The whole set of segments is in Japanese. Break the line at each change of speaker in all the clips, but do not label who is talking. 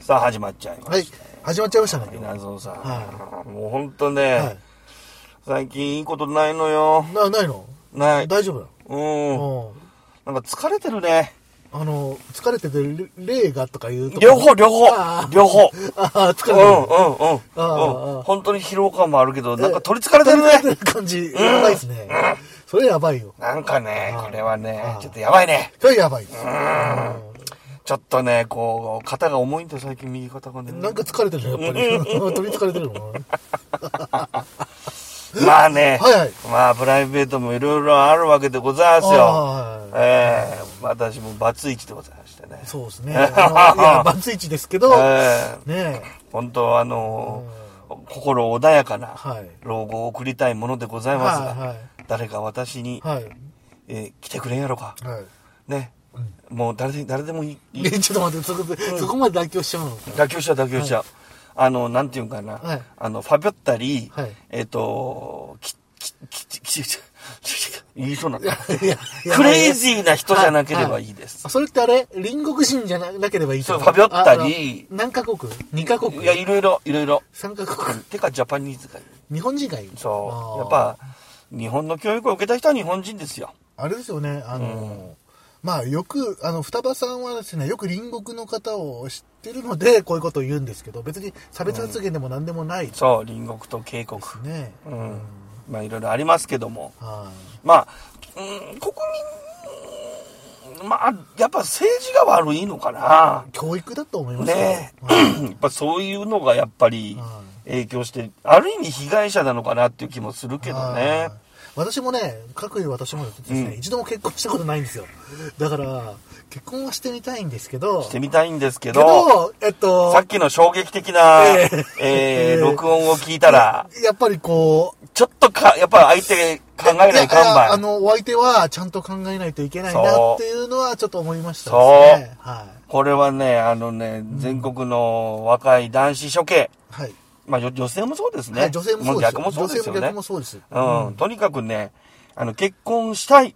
さあ始まっちゃいま
はい
し。
始まっちゃいました
た。
ね。
謎さん、
は
もうほんとね、
はい。
最近いいことないのよ。
な、ないの
ない。
大丈夫だ
うん。
よ。うん。
なんか疲れてるね。
あの、疲れてて、霊がとか言うと。
両方、両方
あ。ー
両方。
ああ、疲
うん、う
れてる。
ん、うん。う
あ
ん
あ
本当に疲労感もあるけど、なんか取り憑かれてる
疲
ね。
れてる感じ、やばいですね。それやばいよ。
なんかね、これはね
あ、ー
ちょっとやばいね。
それやばいです。
ちょっとね、こう、肩が重いんだよ、最近右肩がね。
なんか疲れてるね、やっぱ り。取り憑かれてるのかな
まあね、
はいはい
まあプライベートもいろいろあるわけでございますよ。
ああはい
ええ私もバツイチでございましてね。
そうですね。あの いや、バツイチですけど、ね
ええ
え。
本当あの心穏やかな
はい
老後を送りたいものでございますが、
は
誰か私に、
いはい。はい。
えー来てくれんやろか。
はい。
ね。もう誰で誰でもいい。いい
えちょっと待って、そこで、そこまで妥協しちゃうのか。
妥協しちゃう妥協しちゃう。あの、なんていうんかな。
はい
あの、ファビョったり、
はい
えっ、と、き、き、き、き、き、き、言いそうな。
いやいや
クレイジーな人じゃなければいいです。
あそれってあれ隣国人じゃななければいいってこと
そうファビョッタリ
ああ何カ国 ?2 カ国
いや、いろいろ、いろいろ。
?3 カ国
てか、ジャパニーズがいい。
日本人がいる
そう。やっ
あ
ぱ、日本の教育を受けた人は日本人ですよ。
ーあれですよね、あの、まあよく、あの、双葉さんはですね、よく隣国の方を知ってるので、こういうことを言うんですけど、別に差別発言でも何でもないです
そう、隣国と渓谷。
ね。
うん。まあ、いろいろありますけども。
は。
まあ、うん、国民、まあ、やっぱ政治が悪いのかない
教育だと思いますよ
ねえ、
はい
やっぱそういうのがやっぱり
は
影響して、ある意味被害者なのかなっていう気もするけどね
はい。私もね、各位私もですね、
うん
一度も結婚したことないんですよ。だから、結婚はしてみたいんですけど、
してみたいんですけ
け
ど、
ど、えっと、
さっきの衝撃的な、
ええ
え
え
ー
え
録音を聞いたら、
やっぱりこう、
ちょっとか、やっぱり相手考えない看
ややあ
板。
の、お相手はちゃんと考えないといけない
そ
な
う
っていうのはちょっと思いました
そう
ですね。は
これはね、あのね、全国の若い男子処刑、
い。はい。
まあ女女性もそうですね。
はい女性もそうですよ。
逆もそうですよ
女性も
ね
逆。もそうです。
うん、とにかくね、あの、結婚したい。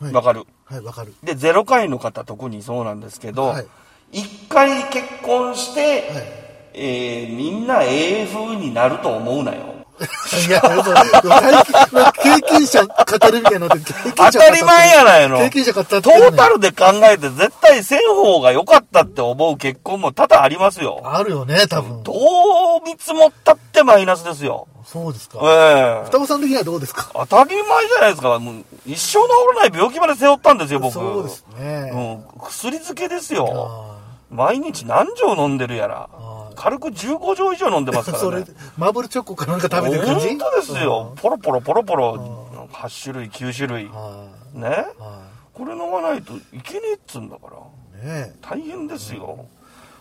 はい
わかる。
はい、わかる。
で、0回の方特にそうなんですけど、
はい
1回結婚して、
はい。
えーみんなええ風になると思うなよ。
いや、そう最近の経験者語るみたいになってる、経験者語
当
ってる
たり前やないの。
経験者語って
ト
る
ータルで考えて絶対せん方が良かったって思う結婚も多々ありますよ。
あるよね、多分
ど。う見積もったってマイナスですよ。
そうです
ええ
か。双子さん的にはどうですか
当たり前じゃないですか。もう一生治らない病気まで背負ったんですよ、僕。
そうですね。
うん、薬漬けですよ。
あ
毎日何錠飲んでるやら
あ。ー
軽く15錠以上飲んでます
ー
からね。
それ、マーブルチョコかなんか食べてる感じ
本当ですよ。。ポロポロポロポロ、8種類、9種類。
うんは
ね
い。は
これ飲まないといけねえっつうんだから。
い。ねえ。
大変ですよ。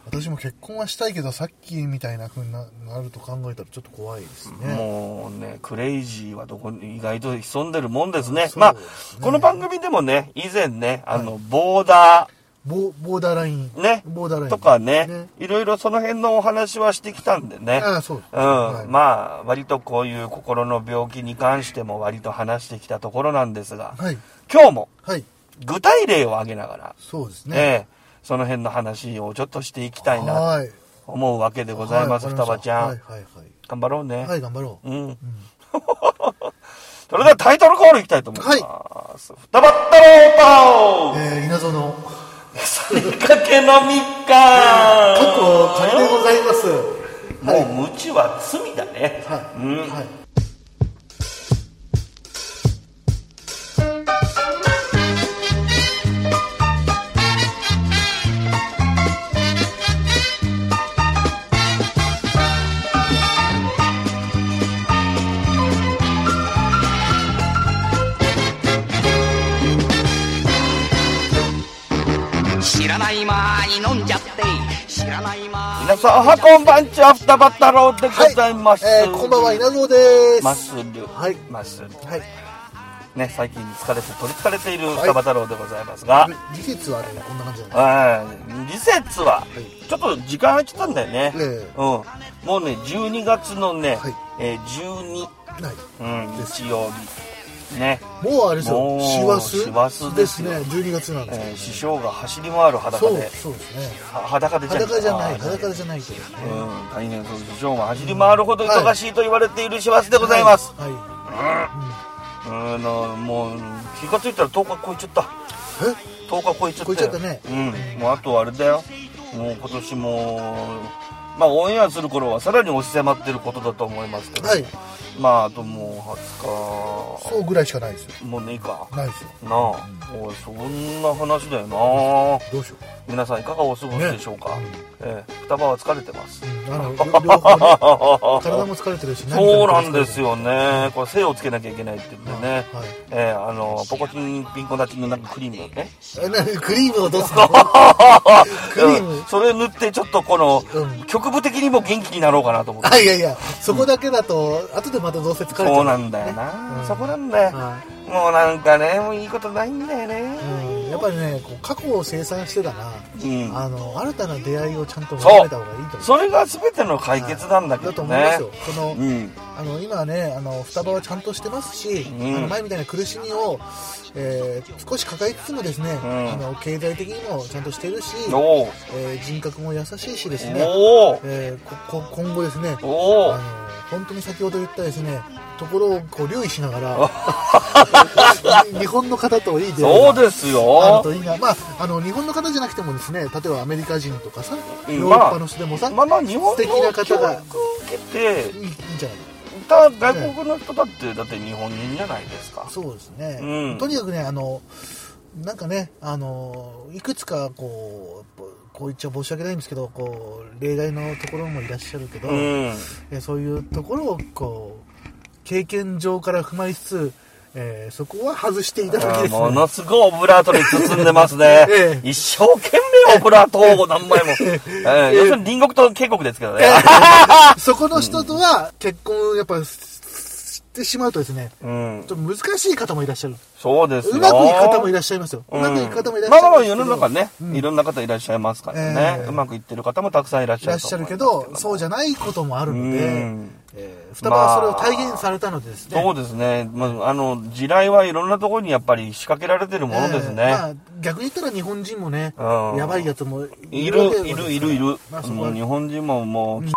私も結婚はしたいけどさっきみたいな風にななると考えたらちょっと怖いですね
もうね、クレイジーはどこに意外と潜んでるもんですね。
そう
まあ
ですね、
この番組でもね、以前ね、あの、ボーダ
ボボーダーライン
ー、ね
ボーダーライ、ン
とかね、いろいろその辺のお話はしてきたんでね。
ああそうです
うん、
はい
まあ、割とこういう心の病気に関しても割と話してきたところなんですが、
はい
今日も
はい
具体例を挙げながら、
そうです
ね
ね
その辺の話をちょっとしていきたいなと
はい
思うわけでございます、
は
双
わか
葉
り
ちゃん、
したはいはい
頑張ろうね。
はいはい頑張ろう
うん。 それではタイトルコールいきたいと思います。双葉太郎パオ
えー稲造の
腐りかけのみか
過去仮でございます
もう無知は罪だね。
はい、
うん
はい
知らない間に飲んじゃって知らない間に
皆さん、おはこんばんちは、双葉太郎でございます。
えーこんばんは稲造です
マッスル。
はい
マッスル。
はい
ね、最近疲れて、取り憑かれている双葉太郎でございますが、
時節はねこんな感じなんで
うん、時節は、
い
ちょっと時間空いてたんだよね。
ええ
うん。もうね、12月のね、
はい
えー12、
すない
うん、
です
日曜日。ね、
もうあれです
も
よ
う
師走
師走
で
ですす
ね
よ
12月なんですけど、
えー師匠が走り回る裸
そう
で
そうですね
は裸でじゃ
裸じゃない
あー
裸じゃないけどね
うん大変そう師匠が走り回るほど忙しいと言われている師走でございます、
はい、
うんのもう気がついたら10日超えちゃった
はい
10日超えちゃったよ
超えちゃったね
うんもうあとあれだよもう今年もまあオンエアする頃はさらに押し迫ってることだと思いますけど、
はい
まああともう
えそうぐらいしかないですよ
20日もうねいいか
ないですよ
なあ、おいそんな話だよな
どうしよ
皆さんいかがお過ごしでしょうか、
ね
ええ双葉は疲れてます
う、うん、あの両両方ね体も疲れてるし何か
そうなん です
よ
よねこれ精をつけなきゃいけないって言ってね、
はい
ええあのポコチンピンコナッチングなんかクリームね
えなクリームをどうすかクリーム
うんそれ塗ってちょっとこの、
うん
局部的にも元気になろうかなと思って
あいやいやそこだけだと、後でまたどうせ疲れちゃう
そうなんだよな、
うん
そこなんだよ、
は
もうなんかねもういいことないんだよ
い
ね
うん、やっぱりねこう過去を清算してたら、
うん、
あの新たな出会いをちゃんと求めた方がいいと思う
それが全ての解決なんだけ
だ
ど
と思いま
ね
すよ、その、
うん
あの今はねあの双葉はちゃんとしてますし、
うん
あの前みたいな苦しみを、えー少し抱えつつもですね、
ん
あの経済的にもちゃんとしてるし、
おお
えー人格も優しいしですね、
おお
えーここ今後ですね
おお
あの本当に先ほど言ったですねところをこう留意しながら 日本の方といい出会い
そ
が
うです
ある
よ
といいな、まあ、あの日本の方じゃなくてもですね例えばアメリカ人とかさ
うん
ヨーロッパの人でもさ、
まあまあ日本
素敵な
の教
方
育を
が
受けて
いいいいんじゃない
いた外国の人だってだって日本人じゃないですか
そうですね、
うん
とにかくねあのなんかねあのいくつかこうこう言っちゃ申し訳ないんですけどこう例外のところもいらっしゃるけど、
うん
えそういうところをこう経験上から踏まえつつ、えーそこは外していただき
あー
です
も
ね、
のすごいオブラートに包んでますね
ええ
一生懸命オブラートを何 枚も、ええ要するに隣国と渓谷ですけどね、
そこの人とは結婚をやっぱしてしまうとですね
うん
ち、ょっと難しい方もいらっしゃる
そうですよ
うまくいく方もい
らっし
らっしゃいますよ、う
ゃ
まくいく方もいらっしゃいますけど
まあまあまあ世の中ね、
うん
いろんな方いらっしゃいますからね、
ええ
うまくいってる方もたくさんいらっ
い
しゃ
ら
る
っ
と
しゃ
思い
る
ますけ
けど
ど、
そうじゃないこともあるので
うん、
えー双葉はそれを体現されたのでですね、
そうですね、まあ、あの地雷はいろんなところにやっぱり仕掛けられてるものです
えー
ね
ま、あ、逆に言ったら日本人もね、
うん
やばいやつ
い
もわけ
る
で
い
すから
るいるいる、
まあ、そこ
も
は
う日本人ももう、いっ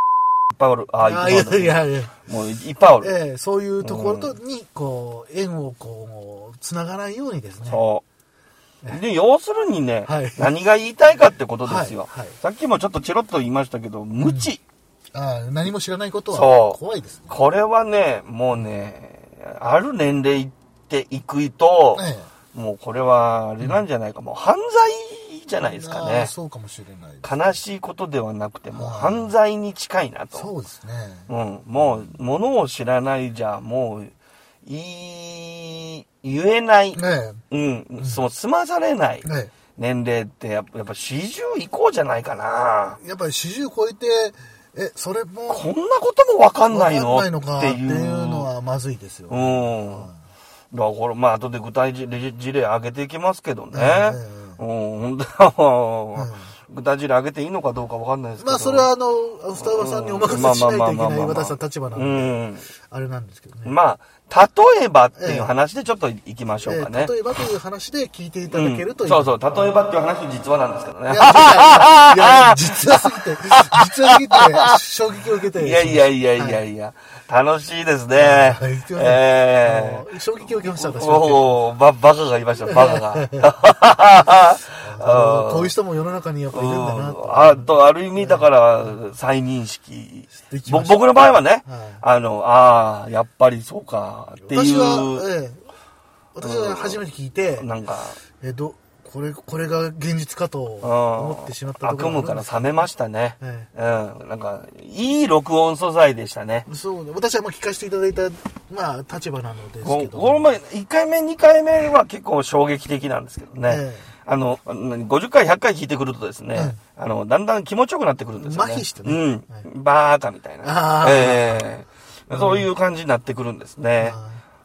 ぱいおるあ
あ
あ
い
いっ
や
ぱいお
い
る
やいや、
もういっぱいおる、
えーそういうところとにこう縁をこうつながないようにですね
そう。で、要するにね、
はい
何が言いたいかってことですよ、
はいはい
さっきもちょっとチロッと言いましたけど、無知。
あー何も知らないこと
そ
は
う
怖いですね
これはね、もうね、ある年齢いっていくいと、
え
もうこれはあれなんじゃないか、もう犯罪じゃないですか
あー
ね。
そうかもしれない
悲しいことではなくて、もう
あー
犯罪に近いなと。
そうですね
うん、もう、ものを知らないじゃ、もう、いい、言えない、
ね
うん、その、済まされない
えね
年齢ってやっぱ、やっぱ40以降じゃないかな。
えやっぱり40超えてえそれも
こんなこともわかん
わ
な
か
んいの
ないのか
っ
ってて
い。
いううのはまずいですよ、
う
え
ん。だからこれ、まあ、後で具体事例事例上げていきますけどね。
え
うん、本当は、具体事例上げていいのかどうかわかんないですけど。
まあそれはあの双葉さんにお任せしないといけない私は立場な
うん
で
ん。
あれなんですけどね、
まあ、例えばっていう話でちょっといきましょうかね。
えー例えばという話で聞いていただけるという、
そうそう、例えばっていう話、実はなんですけどね。
いや、いや実はすぎて、実はすぎて、衝撃を受けて。
いやいやいやいやいや、楽しいですね
はいすい。ません
え
あの衝撃を受けました、
え
私は。
おお、ば、バカがいました、バカ が。
あのこういう人も世の中にやっぱいるんだなと。
あと、ある意味だから、再認識
でき。ま
ぼ
した
僕の場合はね
はい、
あの、ああ、やっぱりそうか、ってい
私は、
う、
ええ私は初めて聞いて、
なんか、
えどこれ、これが現実かと
うん
思ってしまったと
悪
ころがあ
夢
る
か
ん
ら
です
覚めましたね。う
え
ん、なんか、いい録音素材でしたね。
そうね私はまあ聞かせていただいた、まあ、立場なのです
こ
け
う
ど。
この前、1回目、2回目は結構衝撃的なんですけどね。
ええ
あの、何50回、100回聞いてくるとですね、あの、だんだん気持ちよくなってくるんですよね。
麻痺してね
うん。
はい
バーカみたいな
あ。ー
ええそういう感じになってくるんですね。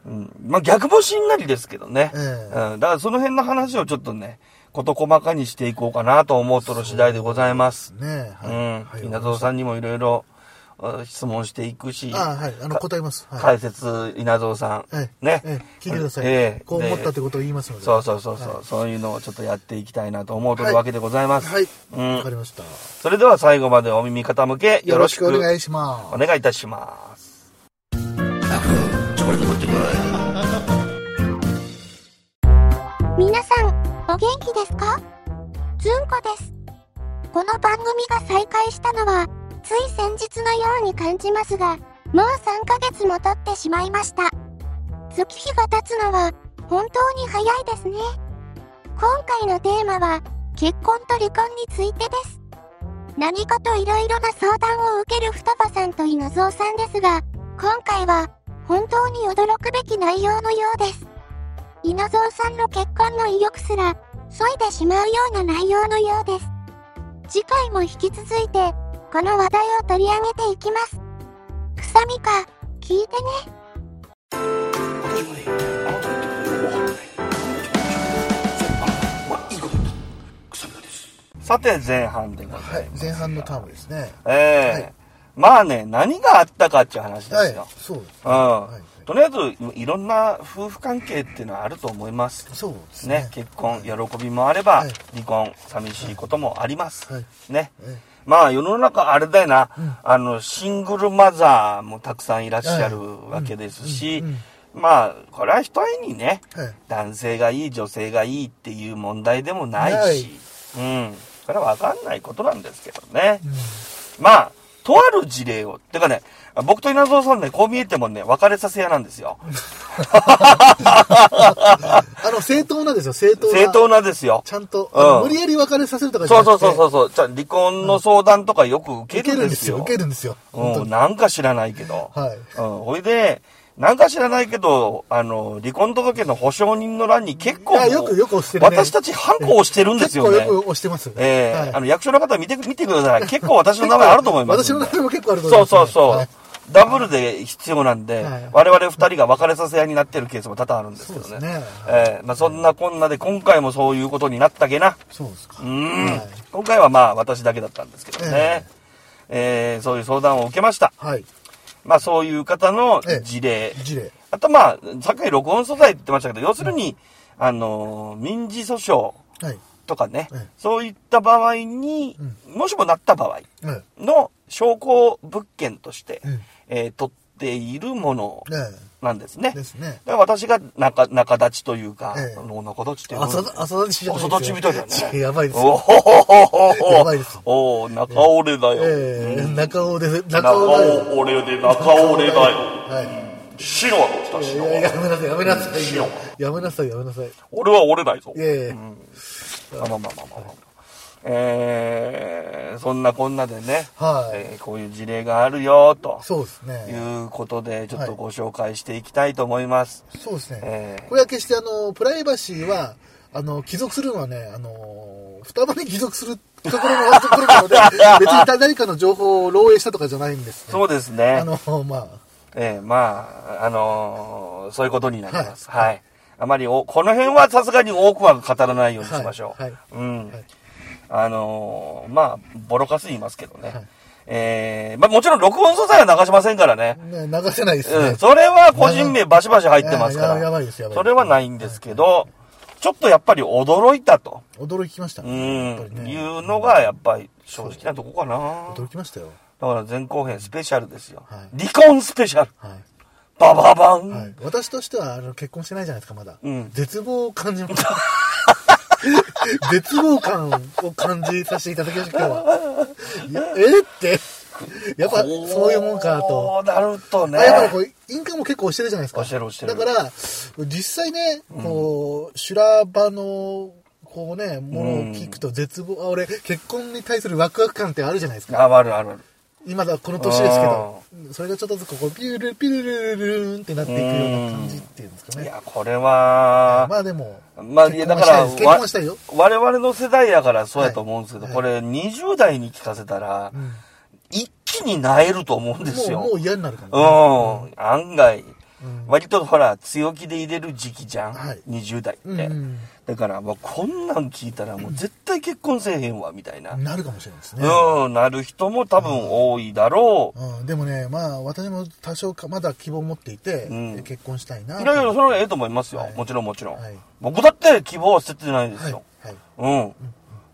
うん、まあ、逆星になりですけどね、
ええ
うん。だからその辺の話をちょっとね、事細かにしていこうかなと思うとる次第でございます。
ねえ、
うん
はい。。
稲造さんにもいろいろあ質問していくし、
ああはいあの
か
答えますはい
解説、稲造さん、
ええ
ね、
ええ聞いてください、
ええ
こう思ったって
で
ことを言いますので
そうそうそうそう、そういうのをちょっとやっていきたいなと思うとるわけでございます。
はい
うん
わかりました
それでは最後までお耳傾け、よ
よ
ろ
ろ
し
し
く
く
お
お
願
願
い
いします
たします。
皆さん、お元気ですかずんこです。この番組が再開したのは、つい先日のように感じますが、もう3ヶ月も経ってしまいました。月日が経つのは、本当に早いですね。今回のテーマは、結婚と離婚についてです。何かと色々な相談を受ける双葉さんと稲造さんですが、今回は、本当に驚くべき内容のようです。稲造さんの結婚の意欲すら、削いでしまうような内容のようです。次回も引き続いて、この話題を取り上げていきます。臭みか、聞いてね。
さて、前半でございます。
はい前半のターンですね
ええ
はい
まあね、何があったかっていう話で
は
す
い
よ。
そうですね
うん、
は
とりあえず、いろんな夫婦関係っていうのはあると思います。
いそうですね
ね、結婚、喜びもあれば
はい、
離婚、寂しいこともあります。
はい
ね。
え
まあ、世の中、あれだよな、あの、シングルマザーもたくさんいらっしゃるわけですし
うんうん、
まあ、これは一重にね、
えはい
男性がいい、女性がいいっていう問題でもないし、うん。これはわかんないことなんですけどね。まあ、とある事例を、てかね、僕と稲造さんね、こう見えてもね、別れさせ屋なんですよ。
あの正当なんですよ正当な
正当なですよ。
ちゃんと、
うん
あの無理やり別れさせるとかじゃ
そう
なく
そう
て
そうそうそう。じゃあ離婚の相談とかよく受け
受け
る
る
ん
ん
で
ですすよ
よ。
受けるんですよ本当
うん、
に
なんか知らないけど。
はい
うん、ほいで、なんか知らないけど、あの、離婚届の保証人の欄に結構、
いやよくよく押してるね
私たちハンコ押してるんですよね。
結構よく押してますよね
ええ
はい
あの、役所の方見て、見てください。結構私の名前あると思います。
私の名前も結構あると思い
そう
ます
そうそう。
はい
ダブルで必要なんで、
はい
我々二人が別れさせ屋になってるケースも多々あるんですけど
そ
ね。
うですね
ええまあそんなこんなで今回もそういうことになったけな。
そうですか、
うん、
はい
今回はまあ私だけだったんですけどね。えーそういう相談を受けました。
はい
まあそういう方の事例。
事例
あとまあ、さっき録音素材って言ってましたけど、要するに、あのー民事訴訟
はい
とかね、
ええ
そういった場合に、もしもなった場合
はい
の証拠物件として、
うん
えー取っているもの
ね
なんですね。
えですね
だから私が中中立ちというか、
ええ
中立ちというか、
朝朝立ちじゃない
朝
です
立ち
よ
みたいだよね。
やばいです
お
よ
ほほほほほ
やばいです
おお中折れだよ。
ええ
うん
中尾です
中
中尾だよ
折れで中折れだよ。
は
白は来た
いい
白
やい
は。
ややめなさいやめなさい
白
よやめなさいやめなさい
俺は折れないぞ。
いやいや
まあまあまあまあまあまあ。えー、そんなこんなでね、
はい
えーこういう事例があるよと
そうです
い
ね
うことでちょっ
は
と
い
ご紹介していきたいと思います。
そうですね、
ええ
これは決してあのプライバシーはあの帰属するのはねあの双葉に帰属するところのところな ので別に何かの情報を漏洩したとかじゃないんです、ね、
そうですね。
あのまあ
ええまあ、あのーそういうことになります。は。
はい
あまりお、この辺はさすがに多くは語らないようにしましょう。
はいはい
うん。
はい
あのーまあ、ボロカス言いますけどね。
はい
ええまあもちろん録音素材は流しませんからね。
ね、流せないですね。
うん。それは個人名バシバシ入ってますから。
いややばいですやばいです
それはないんですけど、ちょっとやっぱり驚いたと。
驚きました
う
ね。やっぱり
ん。
ね。
いうのがやっぱり正直なとこかな。
驚きましたよ。
だから前後編スペシャルですよ。
はい
離婚スペシャル。
は
バババン、
い。はい、私としてはあの結婚してないじゃないですか、まだ。
うん
絶望を感じました。 絶望感を感じさせていただきました、今日は。いやえって。やっぱそういうもんかと。
こうなるとね
あ。やっぱりこう、印鑑も結構押してるじゃないですか。
押してる押してる
だから、実際ね、こう、修羅場の、こうね、ものを聞くと絶望、あ俺、結婚に対するワクワク感ってあるじゃないですか。
あ、あるあるある。
今だこの年ですけど、それがちょっとずつこうピュルピュルルルルーンってなっていくような感じっていうんですか
い
ね。
や、これは、
まあでも、
まあ、いや
結
だか
婚した
ら、
いです結婚したいよ。
わ我々の世代やからそうやと思うんですけど、
はい
これ20代に聞かせたら、
ん
一気になえると思うんですよ。
もうもう嫌になるか
う
ら、
ん、
ね。
案外、割とほら、強気で入れる時期じゃん。
はい
20代って。
うんうん
だからもうこんなん聞いたらもう絶対結婚せえへんわみたいな、
なるかもしれないですね。
うん、なる人も多分多いだろう。
うん、でもね、まあ、私も多少か、まだ希望を持っていて、
うん
結婚したいな。
いやいや、それはええと思いますよ。
はい
もちろんもちろん、
はい
僕だって希望は捨ててないです
はい
よ。。
はい。
うん。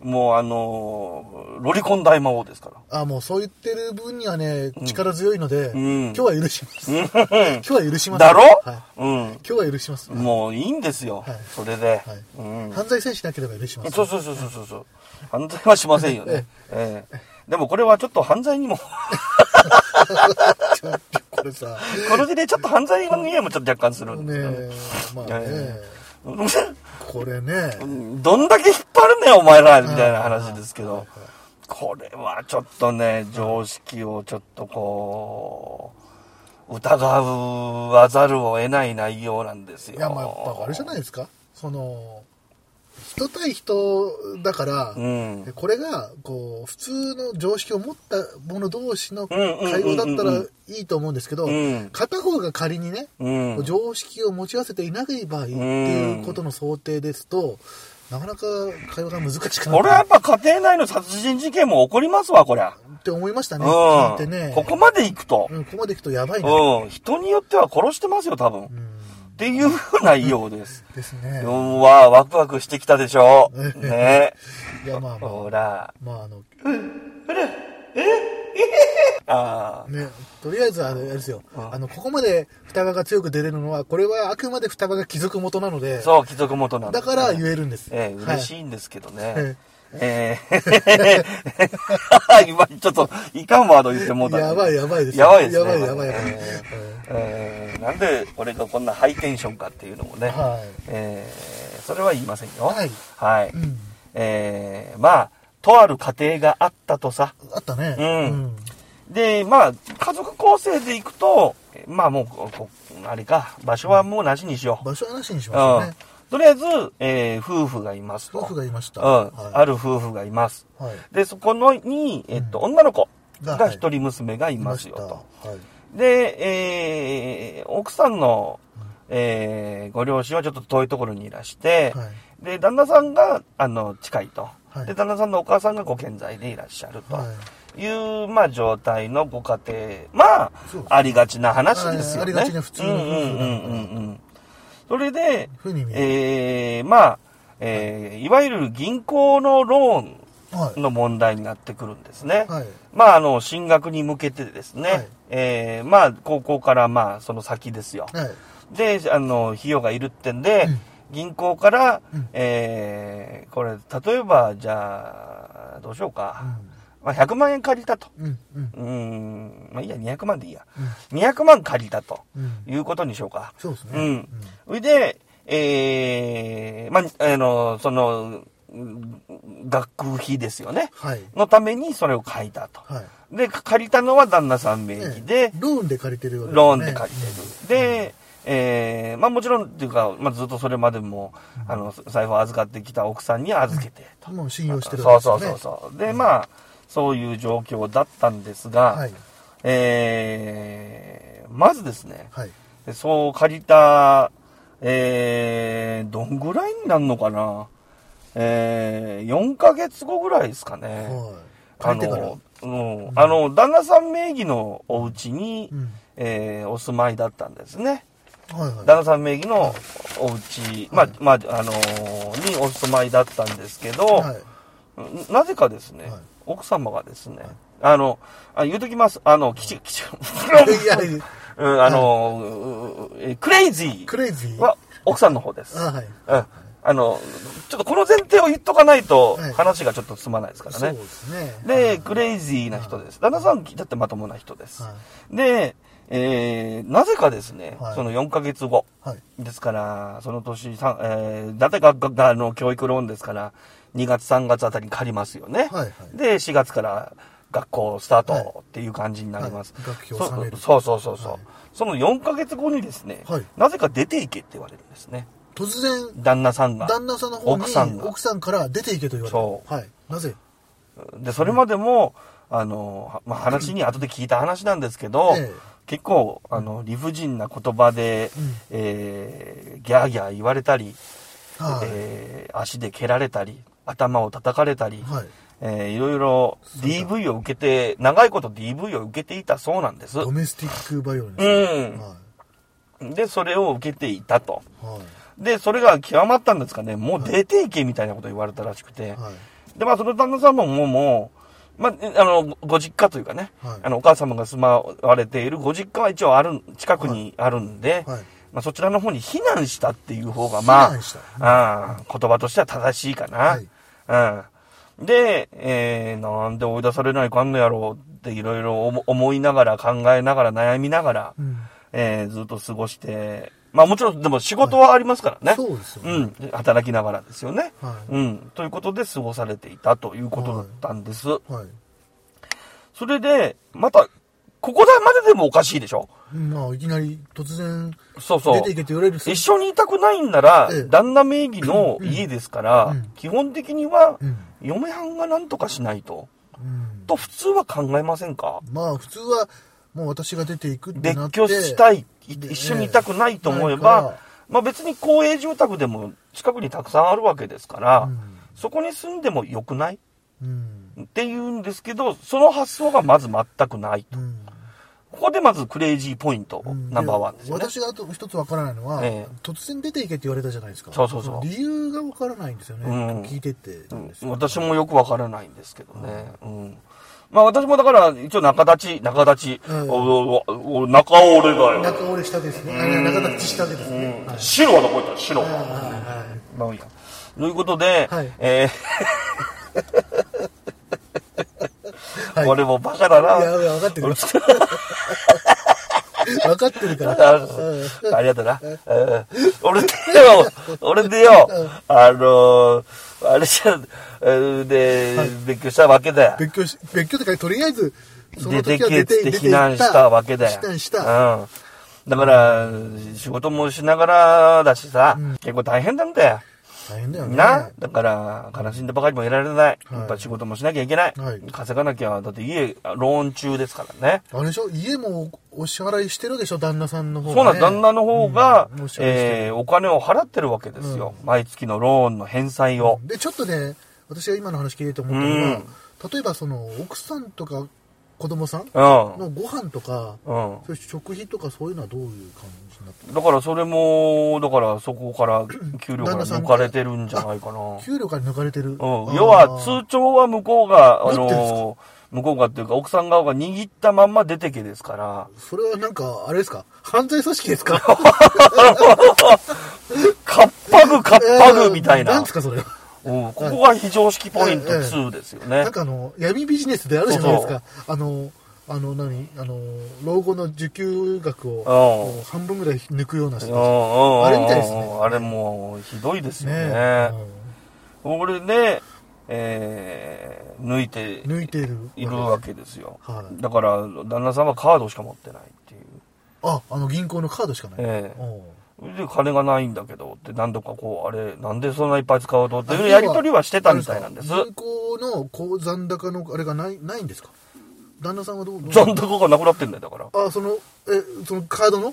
もうあのーロリコン大魔王ですから。
あもうそう言ってる分にはね、力強いので、
ん
今日は許します。 今日は許します。
だろ、
はい
うん。
今日は許します。
もういいんですよ。
はい
それで、
はい
うん。
犯罪せいしなければ許します。
そうそうそうそうそうそう。犯罪はしませんよね。ええでもこれはちょっと犯罪にも、
ちょっとこれさ、
この事例ちょっと犯罪の匂いもちょっと若干するんで
ね
すよね。
え、まあ
いやいやい
ね
や、
これね、
どんだけ引っ張るねんお前らみたいな話ですけど、これはちょっとね、常識をちょっとこう、疑わざるを得ない内容なんですよ。
いや、まあ、やっぱあれじゃないですか。その、人対人だから、
うん
これが、こう、普通の常識を持った者同士の
んうんうんうん
会話だったらいいと思うんですけど、
ん
片方が仮にね、
うん。
常識を持ち合わせていない場合っていうことの想定ですと、なかなか会話が難しくな
こ
る
れはやっぱ家庭内の殺人事件も起こりますわ、こりゃ。
って思いました
う
ね。聞いて
ん。
ね。
ここまで行くと
う。んここまでいくとやばいな。
うん。人によっては殺してますよ、多分。っ
うん
ていう内容です。
ですね
う。んわ、ワクワクしてきたでしょ。ね。
いや、まあまあ、
ほら。
まあ、あの、
あ
ね、とりあえずあれですよ、あのここまで双葉が強く出れるのは、これはあくまで双葉が貴族元なの
あ。
で、
そう、貴族元なんで
だ
す
から言えるんです。
ええ、
は
嬉しいんですけどね。え え今ちょっと、いかんワード言ってもうた。
やばいやばいですね
やばいですね。
やばいやばいやば
え
い
えええなんで俺がこんなハイテンションかっていうのもね。
はい
ええそれは言いませんよ。
はい
はい。
ん
ええまあ、とある家庭があったとさ。
あったね。
うんで、まあ、家族構成でいくと、まあもうこ、こあれか、場所はもうなしにしよう。
場所はなしにしました
うん
ね。。
とりあえず、えー夫婦がいますと。
夫婦がいました。
うん、
はい
ある夫婦がいます。
はい
で、そこのに、えっと、女の子
が
が一人娘がいますよ
い
と。
たはい。
で、えー奥さんの、えーご両親はちょっと遠いところにいらして、
はい
で、旦那さんが、あの、近いと。
はい
で、旦那さんのお母さんがご健在でいらっしゃると。、
はい
う、まあ、状態のご家庭。まあ
そうで、す
ありがちな話ですよね。
ありがちな普通の夫婦
うんうんうんうんうん。それで、
ふうに見える
えーまあ、えーいわゆる銀行のロ
は
ーン
い。
の問題になってくるんですね。
はい
まあ、あの、進学に向けてですね、
はい
えーまあ、高校からまあ、その先ですよ。
はい。
で、あの、費用がいるってんで、
うん
銀行から、
うん
えーこれ、例えば、じゃあ、どうしようか。
うん
まあ、100万円借りたと。
うん。うん。
うーん、まあいいや、200万でいいや。200万借りたと
うん。
いうことにしようか。
そうですね。
うん。それで、えー、まあ、あの、その、うん学費ですよね。
はい。
のためにそれを借りたと。
はい。
で、借りたのは旦那さん名義で
ね、ローンで借りてるわけ
ローンで借りて
る。
る。で、えー、まあもちろんっていうか、まあずっとそれまでも、あの、財布を預かってきた奥さんに預けてと。
もう信用してる
そう
わけ
そう
です
そ
よ
う
ね。
そう。で、まあ、そういう状況だったんですが、
はい
えー、まずですね、
はい。
でそう借りた、えー、どんぐらいになるのかなえー、4ヶ月後ぐらいですかね。
はい。
あ
借りてから。
の、うん、あの、旦那さん名義のお家に、
うん
えーお住まいだったんですね。
はいはい。
旦那さん名義のお家、まあ、まあ、あのーにお住まいだったんですけど、
はい。
うんなぜかですね、
はい
奥様がですね、あの、あ言うときます、あの、きち、きち、
いやいや、
うん、あの、ううえクレイジ
ク
ー
レイジー。
は奥さんの方です。
あはい
うん。あの、ちょっとこの前提を言っとかないと
はい
話がちょっと進まないですからね。
そうですね。
で、クレイジーな人です。旦那さん、だってまともな人です。
は
で、えー、なぜかですね、
はい
その4ヶ月後。
はい。
ですから、その年、さんえー、だって学があの教育ローンですから、2月3月あたりに借りますよね。
はいはい
で、4月から学校スター
はい
トっていう感じになります。
はい学費を納める
そうそうそうそうそう、
はい
その4ヶ月後にですね、
はい
なぜか出ていけって言われるんですね。
突然、
旦那さんが。
旦那さんの方に
奥さんが
奥さんから出ていけと言われた。
そう
はい。なぜ
で、それまでも、あの、はまあ、話に後で聞いた話なんですけど、
ええ
結構、あの、理不尽な言葉で、
うん
えーギャーギャー言われたり、
はい
えー足で蹴られたり、頭を叩かれたり、
はい
えーいろいろ DV を受けて、長いこと DV を受けていたそうなんです。
ドメスティックバイオレンス。
うん
は
で、それを受けていたと。
い。は
で、それが極まったんですかね、もう出ていけみたいなこと言われたらしくて。
い。はい。
で、まあ、その旦那様ももう、まあ、えあの、ごご実家というかね、
はい
あの、お母様が住まわれているご実家は一応ある、近くにあるんで、
はいはい
まあ、そちらの方に避難したっていう方が、まあ、
避難した
ああ言葉としては正しいかな。うん。で、えー、なんで追い出されないかんのやろうっていろいろ思思いながら考えながら悩みながら、
うん。
えーずっと過ごして、まあもちろんでも仕事はありますからね。
そうですよね
うん。で働きながらですよね。
はい
うん。ということで過ごされていたということだったんです。
はい。
それで、また、ここだまででもおかしいでしょ
まあ、いきなり突然、
そうそう。
出ていけって言われる。
一緒にいたくないんなら
ええ、
旦那名義の家ですから、
うん
基本的には
うん、
嫁はんが何とかしないと。
うん
と、普通は考えませんか
まあ、普通は、もう私が出ていくってな
別
って。
居した
い。
い、い一緒にいたくないと思え
ないか
ば
ら、
まあ別に公営住宅でも近くにたくさんあるわけですから、
うん
そこに住んでも良くない
うん。
って言うんですけど、その発想がまず全くないと。
うん
ここでまずクレイジーポイント、
うん
ナンバーワンですよね。
私があと一つわからないのは、
ええ
突然出ていけって言われたじゃないですか。
そうそうそう
理由がわからないんですよね。
うん
聞いてってたんです
うん
よ
私もよくわからないんですけどね。うん。まあ私もだから、一応仲立ち、仲立ち、
うん
おおお中折れだよ。
中折れしたですね。あ中立ちしたわけですね。はい
白はどこ行った白は。
はいはい
まあいいや。ということで、
はい
えー
はい
俺もバカだな。
いやいや、分かってる。分かってる か
あ
ら。うん
のありがとうな。うん俺でよ、俺でよ、あのー、あれじゃ、うんで、別居したわけだよ。
別居し、別居ってか、とりあえず、その
出て
時は
け
出
ってて
出て
避難したわけだよ。
避難した。
うん。だから、仕事もしながらだしさ、結構大変なんだよ。
大変だよね。
な、だから、悲しんでばかりもいられない。
い
やっぱ仕事もしなきゃいけない。
はい
稼がなきゃ、だって家、ローン中ですからね。
あれでしょ家もお支払いしてるでしょ旦那さんの方
そうなん、旦那
の
の方が、
うんお支払いしてる
えーお金を払ってるわけですよ。毎月のローンの返済を。
で、ちょっとね、私が今の話聞いてて思ったのは、例えばその、奥さんとか子供さん
うん。
のご飯とか、
うん。
そういう食費とかそういうのはどういう感じになってる
だからそれも、だからそこから給料から抜かれてるんじゃないかな。
給料から抜かれてる。
うん、要は通帳は向こうが、あ
持ってるんです
の、向こうがっていうか奥さん側が握ったまんま出てけですから。
それはなんか、あれですか犯罪組織で すか
かっぱぐかっぱぐみたいな。
な
う
ん
ん
ですか、それは。
ここが非常識ポイント2ですよね
なん。かあの、闇ビジネスであるじゃないですか。あの、あの何、あの、老後の受給額をこう半分ぐらい抜くような
うん
人
うんう
た
ん
あれみたいですね
あれもうひどいです
ち
よ
ね
ね。これで、えー、抜いて
うん抜いている。
いるわけですよ。
はい
だから旦那さんはカードしか持ってないっていう。
あ、あの銀行のカードしかない。
ええ
おう
で、金がないんだけどって何度かこう、あれ、なんでそんないっぱい使うとっていうやりとりはしてたみたいなんです。
あれ銀行のこう残高のあれがない、ないんですか旦那さんはどうどう
残高がなくなってんだよ、だから。
あ、その、え、そのカードの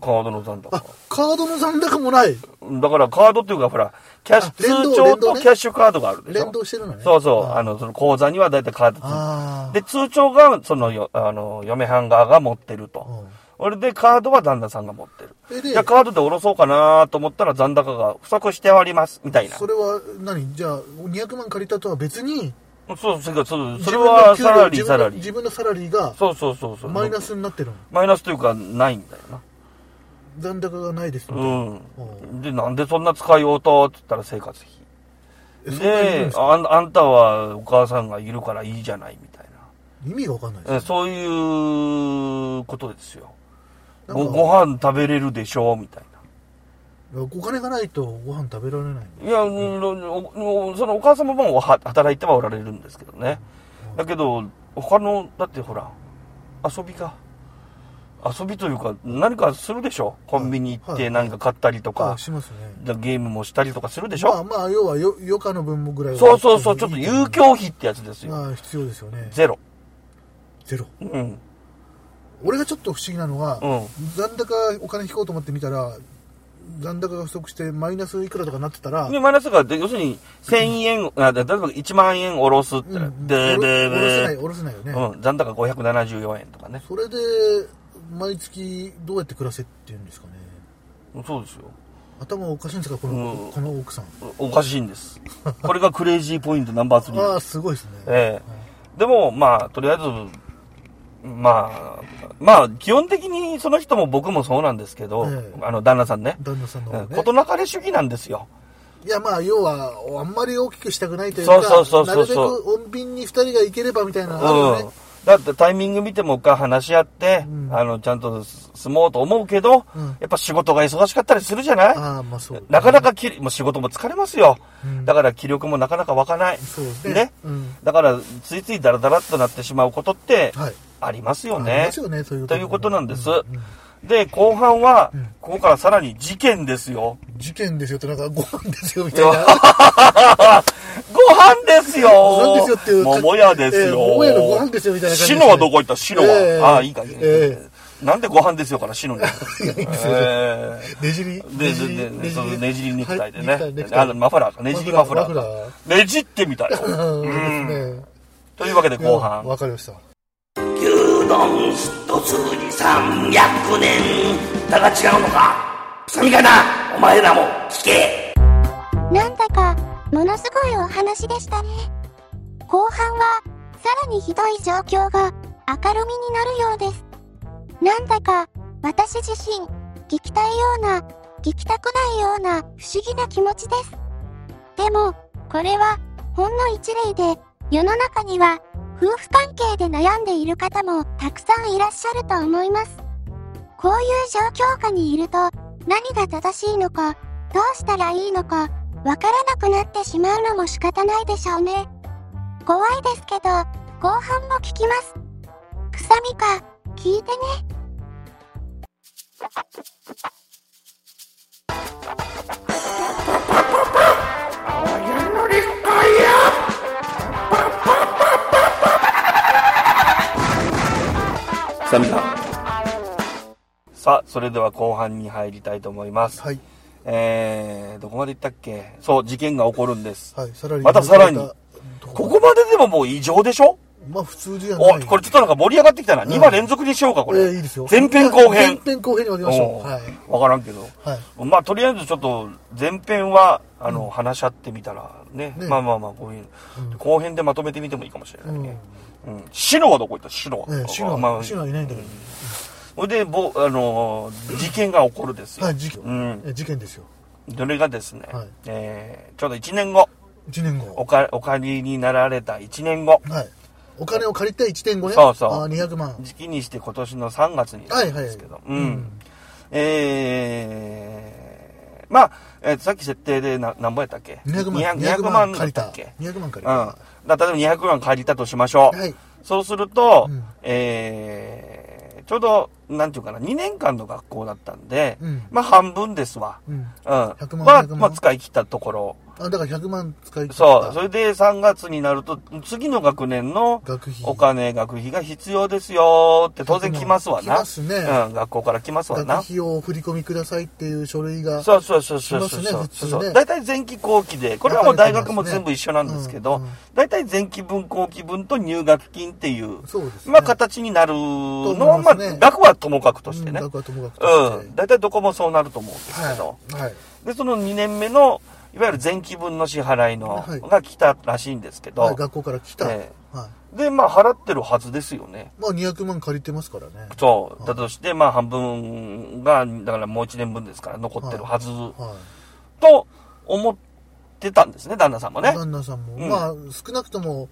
カードの残
あ
高。、
カードの残高もない。
だからカードっていうか、ほら、キャッシ
あ連
ュ、
動
通帳
連動
と
ね
キャッシュカードがあるでしょ。
連動してるのね。
そうそう。
あ
あの、その口座にはだいたいカードつ
あー
で、通帳が、その、よあの、嫁はん側が持ってると。俺で、カードは旦那さんが持って
え
る。
で
じゃあカードで下ろそうかなと思ったら残高が不足しております、みたいな。
それは何じゃあ200万借りたとは別に
そう、そう、そう、それは
自
サ
分
ラ
の
リー、
給料
サラリ
自
ー。
分の自分のサラリーが
そうそうそうそう。
マイナスになってるの
マイナスというか、ないんだよな。
残高がないですみたいな
うん。で、なんでそんな使いようとって言ったら生活
え
費。
そんなにいるん
で
ですか
あん、あんたはお母さんがいるからいいじゃないみたい
意味が分かんない
な。え
です
そういうことですよ。
な
ご
んか
ご飯食べれるでしょうみたい
お金がないとご飯食べられない
な。いや、うんおおそのお母様もは働いてはおられるんですけどね。だけど、他の、だってほら、遊びが。遊びというか、何かするでしょコンビニ行っ
は
て
い
何か買ったりとか
あ、しますね
だゲームもしたりとかするでしょ
まあまあ要はよ余暇の分もぐらいは
そうそうそう、ちょっと
いい
遊興費ってやつですよ。
まあ必要ですよね
ゼロ。
ゼロ
うん。
俺がちょっと不思議なのは
う
残高お金引こうと思ってみたら残高が不足してマイナスいくらとかなってたら、
で、マイナスが、で要するに、1000円、あで例えば1万円下ろすって
う
な、
ん、
で、
お
で、
ろおろせない
で、
おろせないよね、
うん、残高574円とかね。
それで毎月どうやって暮らせっていうんですかね
そうですよ。
頭おかしいんですかこの,、
うん
この奥さん
おかしいんです。これがクレイジーポイントナンバー
あ
3
あ。すごいですね、
ええ。でも、まあ、とりあえず、まあ、まあ、基本的にその人も僕もそうなんですけど、
ええ
あの、旦那さんね。
旦那さんの方ね
ことなかれ主義なんですよ。
いやまあ要はあんまり大きくしたくないというか
そうそうそうそうそう
なるべく穏便に2人がいければみたいな
う
のあるよね
ん。だってタイミング見てもう一回話し合って、
うん
あの、ちゃんと住もうと思うけど、
うん
やっぱ仕事が忙しかったりするじゃない
ああまあそう
なかなかきもう仕事も疲れますよ。
うん
だから気力もなかなか湧かない。
そうですね
ね
うん
だから、ついついダラダラっとなってしまうことって、
はい
ありますよ
あり
ね
ます。よねそういう
ということなんです。
うんうん
で、後半は、
うん
ここからさらに事件ですよ。
事件ですよってなんかご飯ですよみ
い
た
や
い
ご
な
飯ですよ
ご飯ですよっていう
桃屋ですよ、
ええ桃屋のご飯ですよみたいな感じ
シノはどこ行ったシノは。
ええ
ああ、いいかげん
え
なんでご飯ですよからシノに。
いやいいですよ
ええ
ねじり
で、で、で、そのねじりネクタイで
は
ね
いネク。タイ
あの、マフラーか、ねじりマフラー
マフラ
か。ねじってみたよ。
うん
うん
ですね
というわけで後
いや
半。
わかりました
牛丼一つに300年だが違うのかくさみかなお前らも聞け
なんだか、ものすごいお話でしたね。後半は、さらにひどい状況が明るみになるようです。なんだか、私自身、聞きたいような、聞きたくないような不思議な気持ちです。でも、これは、ほんの一例で、世の中には、夫婦関係で悩んでいる方もたくさんいらっしゃると思います。こういう状況下にいると、何が正しいのか、どうしたらいいのか、わからなくなってしまうのも仕方ないでしょうね。怖いですけど、後半も聞きます。くさみか、聞いてね。
さみさんさあ、それでは後半に入りたいと思います。
はい
えー、どこまで行ったっけそう、事件が起こるんです。
はいさらに
またさらに
ど
ここまででももう異常でしょ
まあ普通じゃな
お、
い
これちょっとなんか盛り上がってきたな。
ん
2話連続にしようか、こ
え
れ。
えいいですよ
前編後編
前。編後編に分けましょ
お
うはい
ーわからんけど。
はい
まあ、とりあえずちょっと、前編は、あの、話し合ってみたらね、
ね
まあまあまあ、こういう、後編でまとめてみてもいいかもしれないね。うん。シノはどこ行ったシノは。
ええシノ
ま
は
あ
シノはいないんだけど
ほいで、ぼ、あのー、事件が起こるですよ。
はい事件
うん。
え事件ですよ
それがですね、
はい
えー、ちょうど1年後、
1年
お
後
か、お借りになられた1年後、
はいお金を借りて1.5ね
そうそう
あー200万
時期にして今年の3月に
はいはい
ですけど、うん。えー、まあ、えーさっき設定でな何本やったっけ
200万
200
200
200万
借
だ
り
った
た
っけ
200万借りた
うん。だ例えば200万借りたとしましょう。
はい
そうすると、
うん
えー、ちょうど、なんていうかな、2年間の学校だったんで、
うん
まあ半分ですわ。
う
うん。
ん
は
100万、100万
まあ使い切ったところ。
あだから100万使い切った
そう。それで3月になると、次の学年の
学費
お金、学費が必要ですよって当然来ますわな。
来ますね
うん、学校から来ますわ
学
な。
費をお振り込みくださいっていう書類が
そうそうそうそうそ
し
う
ますね
そう
普通
そ
ね
うそう。大体前期後期で、これはもう大学も全部一緒なんですけ
う
ど
んうん、
大体前期分後期分と入学金っていう、
そうですね
まあ形になるの
と思
は、
い
ま
ま
あ
すね
額はともかくとしてね。
うん
う
額はともかくとして
ん。大体どこもそうなると思うんですけど
は。い、はい、
で、その2年目の、いわゆる前期分の支払いの
はい、
が来たらしいんですけ
はい
ど、
学校から来た、
え
はい
で、まあ払ってるはずですよね。
まあ200万借りてますからね
そう。だとして、まあ半分が、だからもう1年分ですから残ってるはず
は
と思ってたんですね、旦那さんも
い、
ね。
旦那さんも、
うん
まあ少なくとも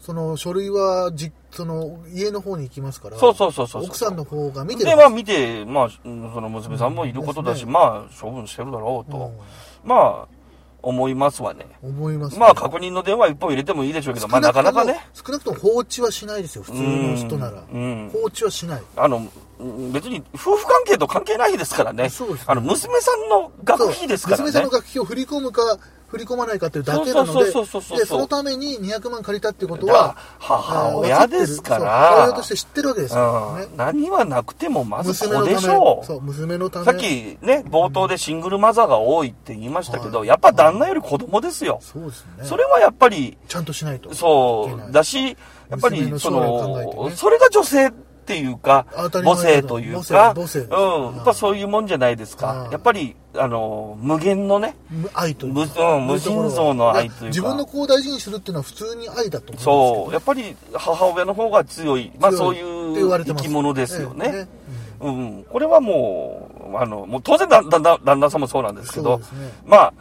その書類はじその家の方に行きますから
そうそうそうそう
奥さんの方が見て
で、
る
まあ見て、まあ、うんその娘さんもいることだし、
うん
まあ処分してるだろうと、まあ、思いますわね。
うん思いますね、
まあ確認の電話一本入れてもいいでしょうけど、まあなかなかね。
少なくとも放置はしないですよ普通の人なら
うんうん
放置はしない
あの、うん別に夫婦関係と関係ないですからね。
そうですね
あの、娘さんの学費ですからね。
そう娘さんの学費を振り込むか、振振り込まないかというだけなので、で、
そうそうそうそうそうそう
そのために200万借りたってこと
だから
は、
母親
えー分ってる
ですから
そう母親として知ってるわけですよ、ね
うん、何はなくてもまず
娘
子
の
で
た
し
め
ょ、う
そう、娘のため。
さっきね、冒頭でシングルマザーが多いって言いましたけど、
はい
やっぱ旦那より子供ですよ。
そうですね。
それはやっぱり、
ちゃんとしないと。
そ、
いうけな
だ
い
し、やっぱり、そ
娘の将来を考えて
の、
ね
それが女性っていうか
当た、り前
母
だ
性というか、
母性母性です
うん、やっぱそういうもんじゃないです
う
か
ん。
やっぱり、あの、無限のね、
無愛というか
無うん無尽蔵の愛というか
自分の子を大事にするっていうのは普通に愛だと
そ
思う
う、
んで
やっぱり母親の方が強い、まあ
強
そ
いうって言
い
わ
う
れて
生
ます
き物ですよ
え
ね
えね。
うん、これはもう、あの、もう当然だだだ旦那さんもそうなんですけど、
そうですね
まあ、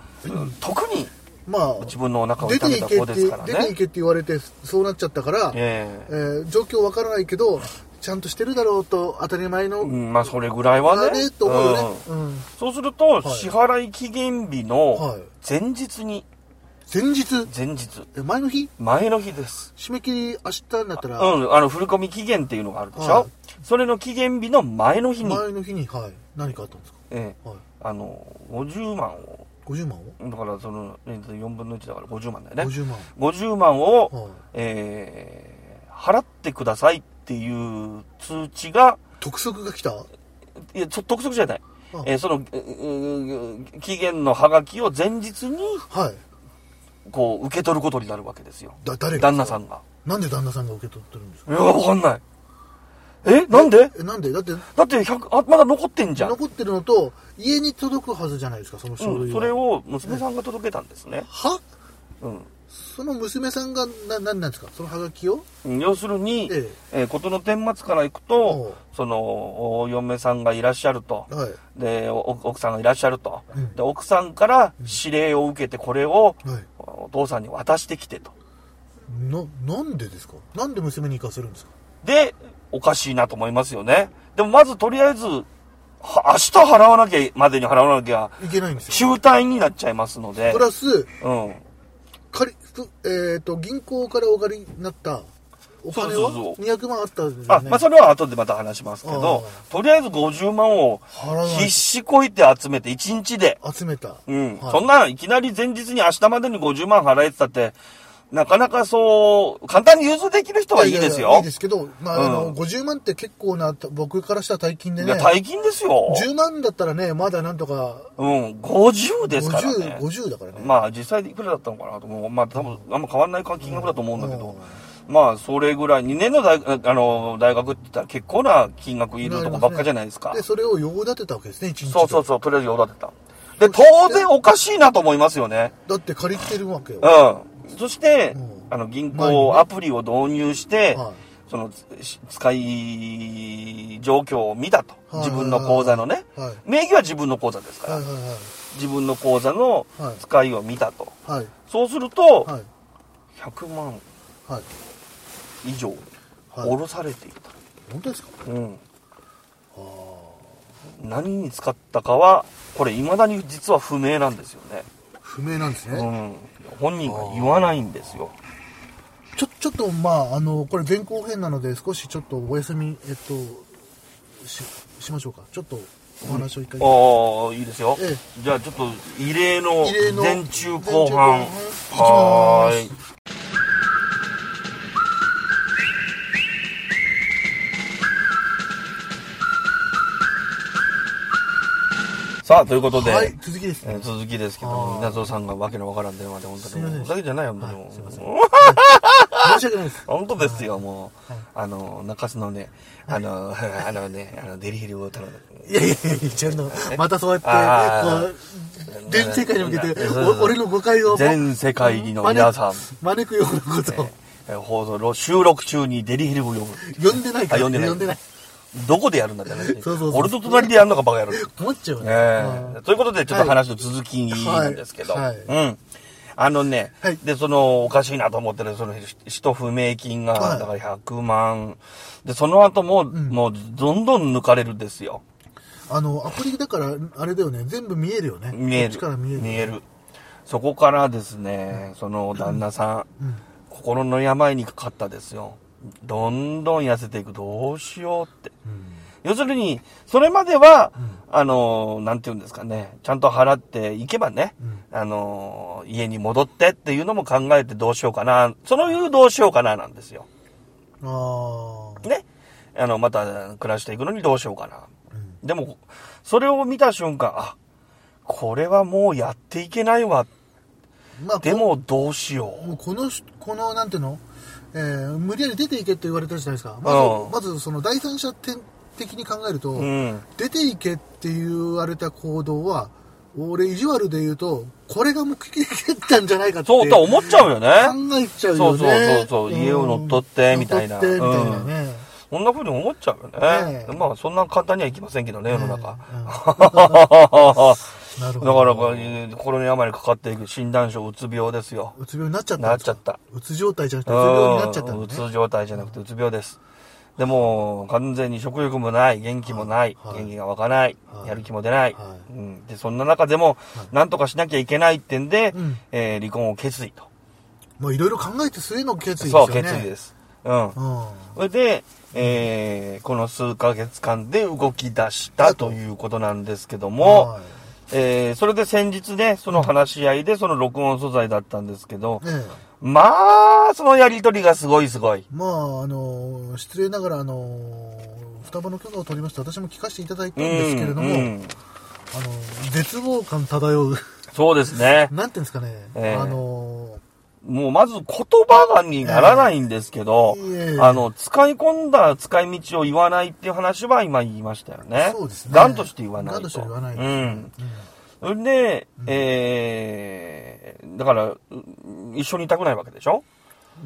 特に
すけど。ま
自分のお腹
あ、
を
出
痛
て
め
い
た
け
子
って、
ですから
出てい
ね。
けって言われて、そうなっちゃったから、え
ええ
ー状況わからないけど、ちゃんとしてるだろうと、当たり前の、
うんまあそれぐらいは
あ
ね
れと思う
う
よ
ん
ね。うん。
そうすると、
い
支払い期限日
は
の
い
前日に、
前日、
前日、
え前の日
前の日です。
締め切り明日になった
う
ら、
ん、あの、振り込み期限っていうのがあるでしょ、
はい
それの期限日の前の日に、
前の日に、はい、何かあったんですか
ええ
はい。
あの、50万を、
50万を
だからその、えっと4分の1だから50万だよね。
?50 万。
50万を、
はい
えー払ってくださいっていう通知が、
督促が来たはい
や、ちょ督促じゃない
あ。
えーその、えー期限のハガキを前日に、
い。
こう、受け取ることになるわけですよ。
だ、誰が
旦那さんが。
なんで旦那さんが受け取ってるんですか
いや、わかんない。え、なんで
え、なんでだって、
だって100、あ、まだ残ってんじゃん。
残ってるのと、家に届くはずじゃないですか、その書類は。
うん、それを娘さんが届けたんですね。
は
うん。
その娘さんが、な、なんなんですかそのハガキを
要するに、
え
えーことの顛末からいく
お
と
う、
その、お嫁さんがいらっしゃると、
はい。
で、お奥さんがいらっしゃると、
うん
で、奥さんから指令を受けて、これを、
はい。
お父さんに渡してきてと。
な、なんでですかなんで娘に行かせるんですか
で、おかしいなと思いますよね。でもまずとりあえず、は明日払わなきゃ、までに払わなきゃ、
いけないんですよ。
集単位になっちゃいますので
プ、ラス、
うん。
借り、ふえっ、と、銀行からお借りになったお金
そ
は
うそうそう
200万あったんですよ
あ、
ね。
まあ、それは後でまた話しますけど、とりあえず50万を
払わない
必死こいて集めて1日で、
集めた。
うん。
はい
そんないきなり前日に明日までに50万払えてたって、なかなかそう、簡単に融通できる人はいい
やや
です
やい
よ
いで。すけど、まあ、あ
う
の、
ん
50万って結構な、僕からしたら大金で
い
ね
や、。大金ですよ。
10万だったらね、まだなんとか、
うん、50ですからね。
50、50だからね。
まあ実際いくらだったのかなと思う。まあ多分あんま変わんない金額だと思うんだけど
うん、
まあそれぐらい、2年の大ああの大学って言ったら結構な金額いるとこばっかじゃないですか。
で、それを用立てたわけですね、一日で
そうそうそう、とりあえず用立てた。で、当然おかしいなと思いますよね。
だって借りてるわけよ。
うん。そして
うん、
あの銀
前にね
行アプリを導入して
は、
そのし使い状況を見たと。
はい
自分の口座のね
はい。
名義は自分の口座ですか
はいは
ら
い。
自分の口座の
はい
使いを見たと。
はい。はい。
そうすると、
はい。
100万
はい。
以上
はい
下ろされていた、
本当ですか
うん何に使ったかはこれいまだに実は不明なんですよね、
不明なんですね。
うん、本人が言わないんですよ
ちょ、ちょっと、まあ、あの、これ前後編なので、少しちょっとお休み、えっと、し、しましょうか。ちょっとお話を一回。
ああいいですよ、
え
じゃあちょっと異例の
異例の
前中後半
前中後半
はーいさあということで、
はい、続きです
えー
ね。
続きですけども、
あー
皆蔵さんがわけのわからん電話で、本当
すいません
に、ふざけじゃないよ、本当に
はい
も
すいません
う。
申し訳ないです。
本当ですよ、もう
はい。
あの、中洲のね、あの、あのね、あの、デリヘルを頼んだ。
いやいやいや、ちゃんと、またそうや
あー
って、こう、 全世界に向けて
そうそうそう、
お俺の誤解を、
全世界の皆さん、
招くようなことを、
えー放送、収録中にデリヘルを呼ぶ。
呼んでない
あ、
から、
呼んでない。
呼んでない。
どこでやるんだって話
そうそうそう
俺と隣でやるのかバカや る。
思っちゃうね。
ねえ。ということで、ちょっと話の続きなんですけど、
はいは
うん。あのね、
はい
で、その、おかしいなと思ってる、その、ひ使途不明金が、
はい
だから100万。で、その後も、もう、どんどん抜かれるんですよ。
あの、アプリだから、あれだよね、全部見えるよね。
見え
こっ
る
ちから。見える。
そこからですね、その、旦那さん、心の病にかかったですよ。どんどん痩せていく、どうしようって。要するに、それまでは、あの、なんて言うんですかね、ちゃんと払っていけばね、あのー家に戻ってっていうのも考えてどうしようかな、そのいうどうしようかななんですよ。
ああ。
ね。あの、また暮らしていくのにどうしようかな。でも、それを見た瞬間、あ、これはもうやっていけないわ。
まあ、
でもどうしよ
もうこのし、この、なんていうの、えー無理やり出ていけって言われてるじゃないですか。
うん
まず、まずその第三者点的に考えると、
う。うん。
出ていけって言われた行動は、俺、意地悪で言うと、これが目的だったんじゃないかって。
そうとは思っちゃうよね。
考えちゃう
そ
よね。
うそうそうそうん家を乗っ取ってみたいな
乗っ取ってみたいなね。
そんな風に思っちゃうよね
ね。え
まあ、そんな簡単にはいきませんけどね、世の 中。だ
なるほ
か
ど。
ら、こういうコロナ病にかかっていく診断書、うつ病ですよ。
うつ病になっちゃったん
なっ
です
ちゃ
か。
った。
うつ状態じゃなくて、うつ病になっちゃった
うんんう
だ
つ
ね。
状態じゃなくてうつ病です。でも、完全に食欲もない、元気もない、
はい
元気が湧かない、
はい
やる気も出ない、
は
うん。で、そんな中でも、なんとかしなきゃいけないってんで、
うん
えー離婚を決意と。
もういろいろ考えて末の決意です
そ
よ
う、
ね。
決意です。うん。
うん。
それで、えーこの数ヶ月間で動き出したということなんですけども、
はい
えーそれで先日ね、その話し合いでその録音素材だったんですけど、
ええ
まあ、そのやりとりがすごいすごい。
まあ、あの、失礼ながら、あの、双葉の許可を取りまして、私も聞かせていただいたんですけれども、
うんうん
あの、絶望感漂う、
そうですね。
なんていうんですかね、
ええ
あの、
もうまず言葉がにならないんですけど、
ええ
あの、使い込んだ使い道を言わないっていう話は今言いましたよね。
そうですね
頑として言わないと。
頑として言わないです
う
ね
ん。それで、えー、だから、う一緒にいたくないわけでしょ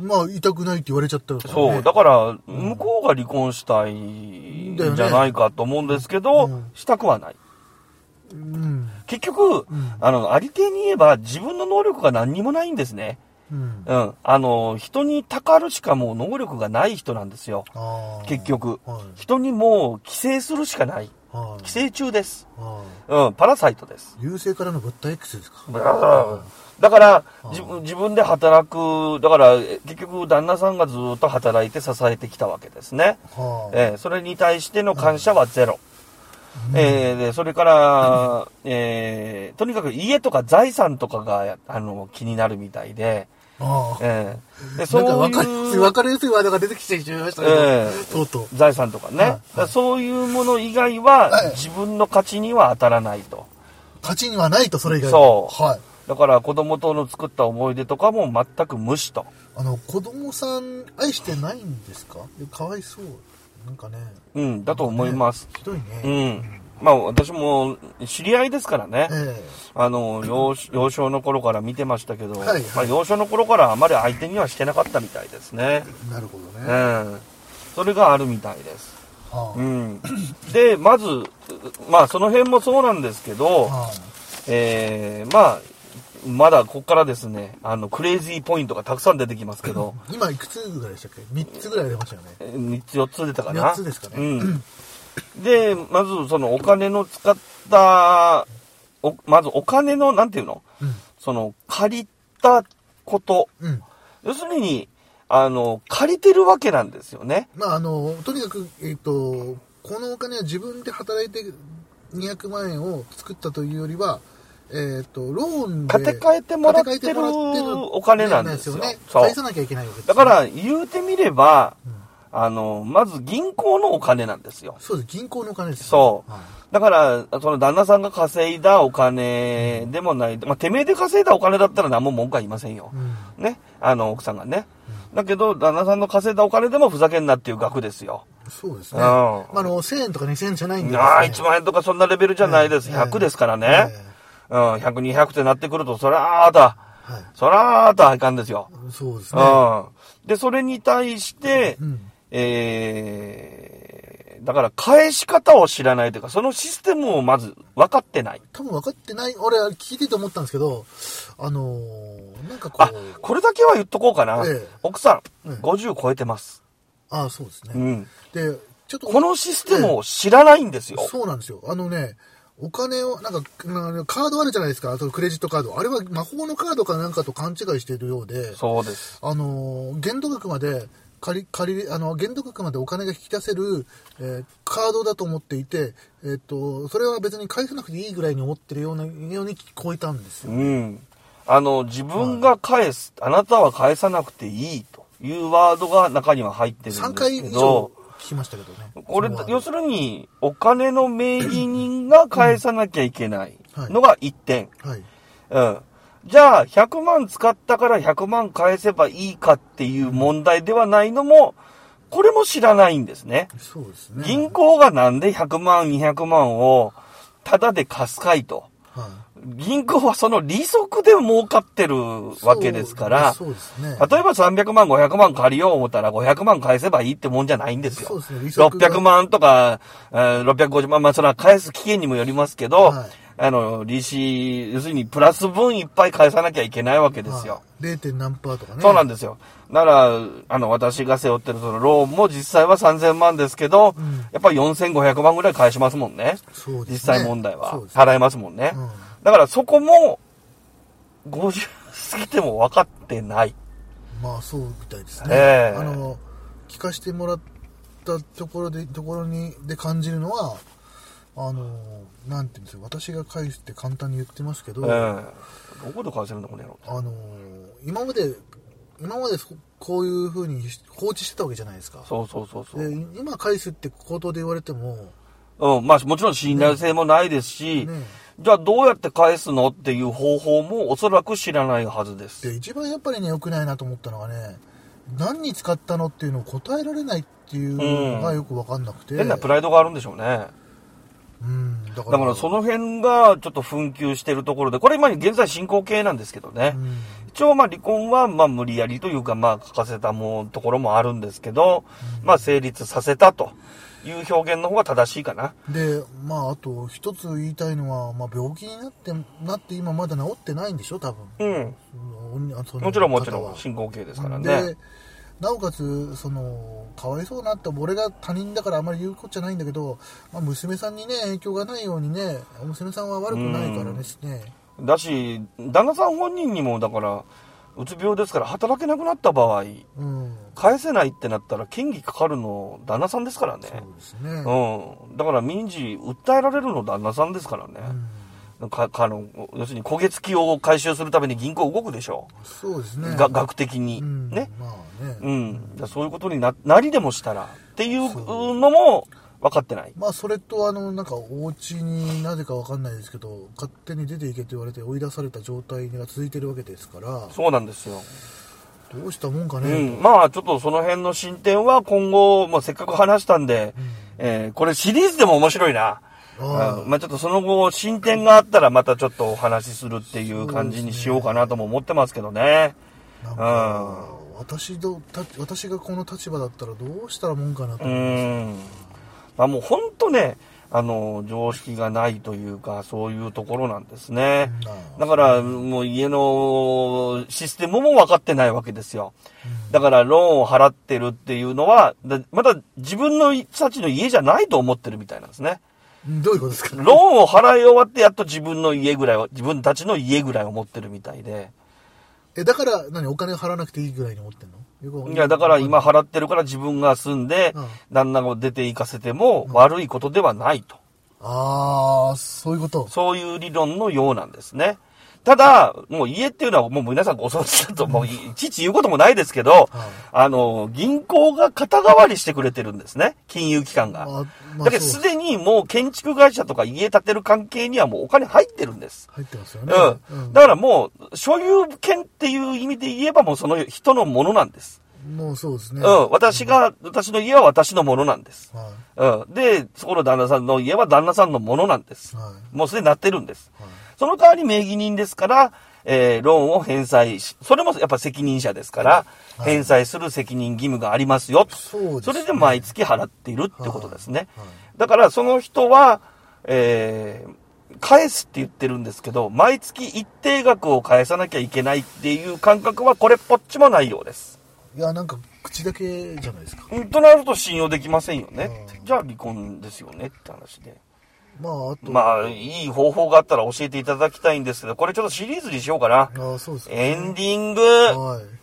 まあ、痛くないって言われちゃったから、ね。
そう。だから、向こうが離婚したいん
だよね
じゃないかと思うんですけど、
うん
したくはない。
うん。
結局、
うん
あの、ありていに言えば自分の能力が何にもないんですね。
うん。
うん。あの、人にたかるしかもう能力がない人なんですよ。
あー
結。局。
はい。
人にもう寄生するしかない。
はい。
寄生虫です。
はい
うん、パラサイトです。
流星からの物体 X ですか。
だから、自分自分で働く、だから、え結局、旦那さんがずっと働いて支えてきたわけですね。
はあ。
えーそれに対しての感謝はゼロ。えーでそれから、えーとにかく家とか財産とかが、あの、気になるみたいで、
ああ。
えーで
なんか
そう
分かりやすい、
いう
分かりやすいワードが出てきてしまいましたけど、
ええ
とうとう。
財産とかね、
はい
だからそういうもの以外は
はい
自分の価値には当たらないと。
勝ちにはないと、それ以外
そ
は
う
はい。
だから子供との作った思い出とかも全く無視と。
あの、子供さん、愛してないんですかかわいそう。なんかね。
うん、だと思います
ね。ひどいね。
う
え
ん。まあ私も知り合いですからね。
え
あの、幼少幼少の頃から見てましたけど、
はいはい
まあ、幼少の頃からあまり相手にはしてなかったみたいですね。
なるほど
う
ね。
ん。それがあるみたいです。
は
う
あ
ん。で、まず、まあその辺もそうなんですけど、
は
えー、まあ、まだこっからですね、あの、クレイジーポイントがたくさん出てきますけど、
あ今、いくつぐらいでしたっけ ?3 つぐらい出ましたよね。
3つ4つ出たかな。
4つですかね
うん。で、まずそのお金の使った、おまずお金の、なんていうの
うん。
その、借りたこと。
うん。
要するに、あの、借りてるわけなんですよね。
まあ、あの、とにかく、えっ、と、このお金は自分で働いて200万円を作ったというよりは、えっ、と、ローンで。
立て替えてもらってる
立て替えてもらってる
お金なんですよ
ね。
そう
返さなきゃいけないわけです
だ
よね
から、言うてみれば
うん、
あの、まず銀行のお金なんですよ。
そうです。銀行のお金です、ね。
そう
はい
だから、その旦那さんが稼いだお金でもない、まあ、てめえで稼いだお金だったら何も文句は言いませんよ。
うん
ね。あの、奥さんがね。だけど、旦那さんの稼いだお金でもふざけんなっていう額ですよ。
そうですね。
うん
まあ、あの、1000円とか2000円じゃないんで、ね。
ああ、1万円とかそんなレベルじゃないです。
ええ
100ですからね
え。
うん、100、200ってなってくると、そりゃあだ、
はい。
そりゃあだ、いかんですよ。
そうですね。
うん。で、それに対して、
うん
えー、だから返し方を知らないというか、そのシステムをまず分かってない。
多分分かってない、俺は聞いてて思ったんですけど、あのーなんかこ
あ
う、、
これだけは言っとこうかな。
ええ
奥さん、
ええ
50超えてます。
ああ、そうですね。
うん。
で、ちょっと、
このシステムを知らないんですよ。
そうなんですよ。あのね、お金を、なんか、なカードあるじゃないですか、そのクレジットカード。あれは魔法のカードかなんかと勘違いしているようで、
そうです。
あのー限度額まで借り、借り、あの、限度額までお金が引き出せる、えーカードだと思っていて、えっと、それは別に返さなくていいぐらいに思ってるような、ように聞こえたんですよ。
うん。あの、自分が返す、あなたは返さなくていいというワードが中には入ってるんですけど。
3回以上聞きましたけどね。
これ
その、
要するに、お金の名義人が返さなきゃいけないのが1点。
はい。
うん。じゃあ、100万使ったから100万返せばいいかっていう問題ではないのも、これも知らないんですね。
そうですね。
銀行がなんで100万、200万を、ただで貸すかいと。
は
銀行はその利息で儲かってる
い
わけですから、
そうですね。
例えば300万、500万借りよう思ったら500万返せばいいってもんじゃないんですよ。
そうですね利息が
600万とか、えー650万、まあそれは返す期限にもよりますけど、
はい
あの、利子、要するにプラス分いっぱい返さなきゃいけないわけですよ。
はい 0. 何パーとかね。
そうなん
で
ですよ。なら、あの、私が背負ってるそのローンも実際は3000万ですけど、
うん
やっぱり4500万ぐらい返しますもんね。
す。そうですね。
実際問題は
そう。ですね
払えますもんね。
うん
だからそこも、50過ぎても分かってない。
まあそうみたいですね、
ええ
あの聞かせてもらったところでところにで感じるのはあのなんていうんですか私が返すって簡単に言ってますけど、
ええどこで返せるんだ、この野郎。
あの今まで今までそこういうふうに放置してたわけじゃないですか
そうそうそうそう。
で今返すって口頭で言われても
うん、まあもちろん信頼性もないですし、
ね
じゃあどうやって返すのっていう方法もおそらく知らないはずです。
で一番やっぱりね良くないなと思ったのがね何に使ったのっていうのを答えられないっていうのがよく分かんなくて、
変なプライドがあるんでしょうね。
うんだか
だからその辺がちょっと紛糾してるところで、これ今現在進行形なんですけどね。
うん
一応まあ離婚はまあ無理やりというかまあ書かせたもうところもあるんですけど、まあ成立させたという表現の方が正しいかな。
でまああと一つ言いたいのは、まあ、病気になってなって今まだ治ってないんでしょ多分、
うん。
うん
もちろんもちろん進行形ですからね
で。なおかつそのかわいそうなって俺が他人だからあまり言うことじゃないんだけど、まあ、娘さんにね影響がないようにね娘さんは悪くないからですね、
だし、旦那さん本人にもだから、うつ病ですから働けなくなった場合、
うん
返せないってなったら権利かかるの旦那さんですからね。
そうですね、
うん。だから民事訴えられるの旦那さんですからね。かかあの要するに焦げ付きを回収するために銀行動くでしょ
そうです
う、
ね
が額的に、
うん
ね、
まあね、
うん、だからそういうことにななりでもしたらっていうのも分かってない
まあそれとあのなんかお家になぜかわかんないですけど勝手に出ていけと言われて追い出された状態が続いてるわけですから
そうなんですよ、
どうしたもんか
う
ね、
ん、まあちょっとその辺の進展は今後、まあ、せっかく話したんで、えーこれシリーズでも面白いな
ああ
うんまあちょっとその後進展があったらまたちょっとお話しするっていう感じにしようかなとも思ってますけどね
なんか私どた私がこの立場だったらどうしたらもんかなと
う
思います、
ん。まあもう本当ね、あの、常識がないというか、そういうところなんですね
な。あ
だから、もう家のシステムも分かってないわけですよ。だから、ローンを払ってるっていうのは、だまだ自分のたちの家じゃないと思ってるみたいなんですね。
どういうことですか
ローンを払い終わって、やっと自分の家ぐらいを、自分たちの家ぐらいを持ってるみたいで。
えだから何お金払わなくていいぐらいに思ってんのよくわかん
い
ない
や、だから今払ってるから自分が住んで
うん、
旦那が出て行かせても悪いことではないと。
ああそういうこと
そういう理論のようなんですね。ただ、もう家っていうのはもう皆さんご存知だと、もういいちいち言うこともないですけど、
はい
あの、銀行が肩代わりしてくれてるんですね。金融機関が。
まあまあ
だけど
そ
す
う
でにもう建築会社とか家建てる関係にはもうお金入ってるんです。
入ってますよね、
うん。だからもう、所有権っていう意味で言えばもうその人のものなんです。
もうそうですね、
うん。私が、私の家は私のものなんです。
は
うん。で、そこの旦那さんの家は旦那さんのものなんです。
はい
もうすでになってるんです。
いはい
その代わり名義人ですから、えーローンを返済し、それもやっぱ責任者ですから、
い
返済する責任義務がありますよと。
そうですね
れで毎月払っているってことですね。
はいはい
だからその人は、えー返すって言ってるんですけど、毎月一定額を返さなきゃいけないっていう感覚はこれっぽっちもないようです。
いやなんか口だけじゃないですか
うんとなると信用できませんよね。
う
じゃあ離婚ですよねって話で。
まああと、
まあ、いい方法があったら教えていただきたいんですけど、これちょっとシリーズにしようかな。
ああそうですか
エンディング
はい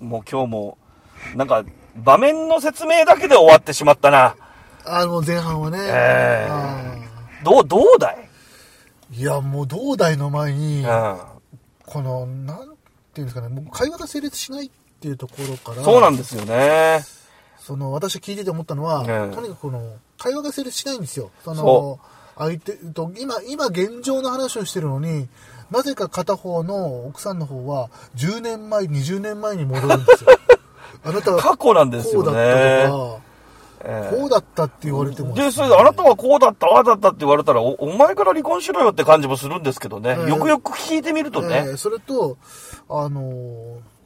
もう今日も、なんか、場面の説明だけで終わってしまったな。
あの、前半はね。
ええ
あ
どう、どうだい
ーいや、もう、同代の前に、
う
この、なんていうんですかね、もう会話が成立しないっていうところから、
ん。そうなんですよね。
その、私聞いてて思ったのは、
ええ
とにかくこの、会話が成立しないんですよ。その、
そ
相手と、今、今現状の話をしてるのに、なぜか片方の奥さんの方は、10年前、20年前に戻るん ですよ。あなたは、
過去なんですよ
こうだった
ね。
と
え
か、
え
こうだったって言われても
で、それで、あなたはこうだった、ああだったって言われたら、お、お前から離婚しろよって感じもするんですけどね。
うん
よくよく聞いてみると
え
ね。
ーそれと、あのー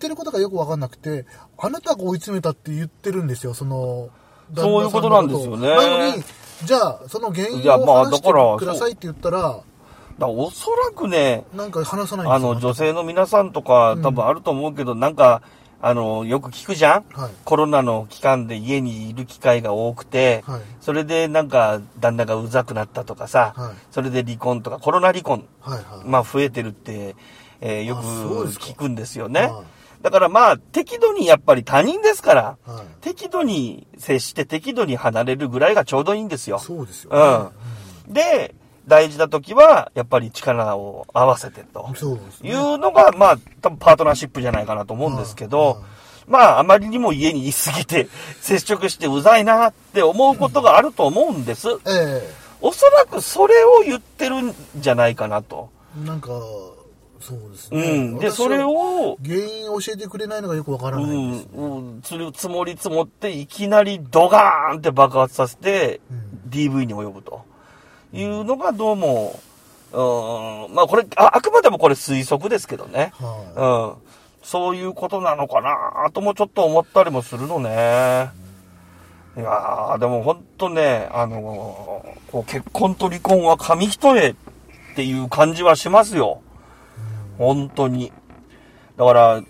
言ってることがよくわかんなくて、あなたが追い詰めたって言ってるんですよ、その、旦那さ
そういうことなんですよね
のことをなのに、じゃあ、その原因
いやま
を
あ
話し
だから
てくださいって言ったら、
だからおそらくね、
なんか話さないんですよ。
あの、女性の皆さんとか多分あると思うけど、なんか、あの、よく聞くじゃん、
はい
コロナの期間で家にいる機会が多くて、
はい
それでなんか、旦那がうざくなったとかさ、
はい
それで離婚とか、コロナ離婚、
はいはい。
まあ増えてるって、えーよく
あそうですか
聞くんですよね。
はい
だからまあ、適度にやっぱり他人ですから、
はい
適度に接して適度に離れるぐらいがちょうどいいんですよ。
そうですよ、
うん。で、大事な時は、やっぱり力を合わせてと。
そうです
い
ね。
うのが、まあ、多分パートナーシップじゃないかなと思うんですけど、まあ、あまりにも家にいすぎて、 接触してうざいなって思うことがあると思うんです。
え
おそらくそれを言ってるんじゃないかなと。
えなんか、そうです
う
ね。
ん。で、
私は
それを、
原因を教えてくれないのがよくわから
う
ないん
ん
です、、
うん、つる積もり積もって、いきなりドガーンって爆発させて、
ん
DV に及ぶというのがどうも、うん、まあこれあ、あくまでもこれ推測ですけどね。
は
う
い
ん。そういうことなのかなともちょっと思ったりもするのね。いやー、でも本当ね、あのーこう結婚と離婚は紙一重っていう感じはしますよ。本当に。だから、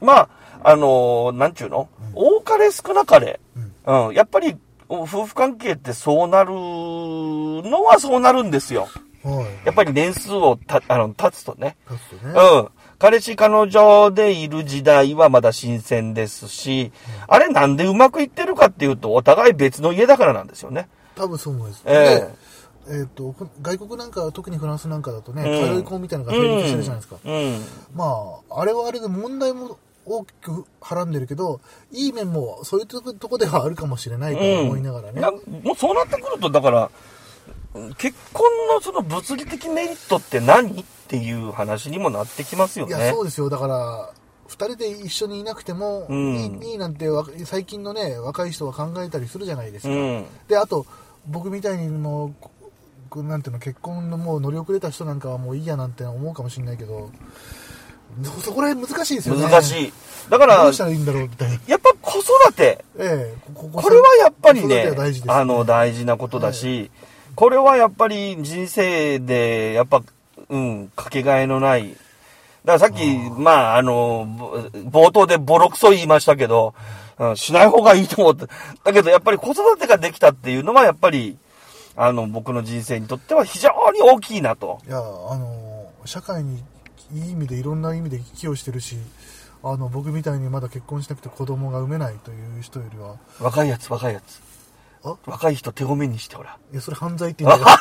まあ、あのーなんちゅうの、多かれ少なかれ、うん、やっぱり、お夫婦関係ってそうなるのはそうなるんですよ。
はい。
やっぱり年数をた、あの、経つとね。
だってね。
うん。彼氏彼女でいる時代はまだ新鮮ですし、あれなんでうまくいってるかっていうと、お互い別の家だからなんですよね。
多分そう思います。
え
でえっとこ外国なんか特にフランスなんかだとね、
うん
通い婚みたいなの
う
が成立してるじゃないですか、
うん。
まああれはあれで問題も大きくはらんでるけどいい面もそういうとことこではあるかもしれないと思いながらね、
なもうそうなってくると、だから、結婚のその物理的メリットって何っていう話にもなってきますよ
い
ね。
やそうですよだから2人で一緒にいなくても、
うん
いいいいなんてわ最近のね若い人は考えたりするじゃないです
う
か、
ん。
であと僕みたいにもうここなんていうの結婚のもう乗り遅れた人なんかはもういいやなんて思うかもしれないけどそそこら辺難しいですよね
難しい。だから、
どうしたらいいんだろうみたいな、
やっぱ子育て、
ええ、ここ
これはやっぱりね
子育ては大事です、
あの、大事なことだし、これはやっぱり人生で、やっぱ、うん、かけがえのない。だからさっき、まあ、あの、ぼ冒頭でボロクソ言いましたけど、うん、しない方がいいと思って。だけどやっぱり子育てができたっていうのはやっぱり、あの、僕の人生にとっては非常に大きいなと。
いやあの社会にいい意味でいろんな意味で寄与してるしあの僕みたいにまだ結婚しなくて子供が産めないという人よりは
若いやつ、若いやつ
あ。
若い人手ごめにしてほら。
いやそれ犯罪って言うんだ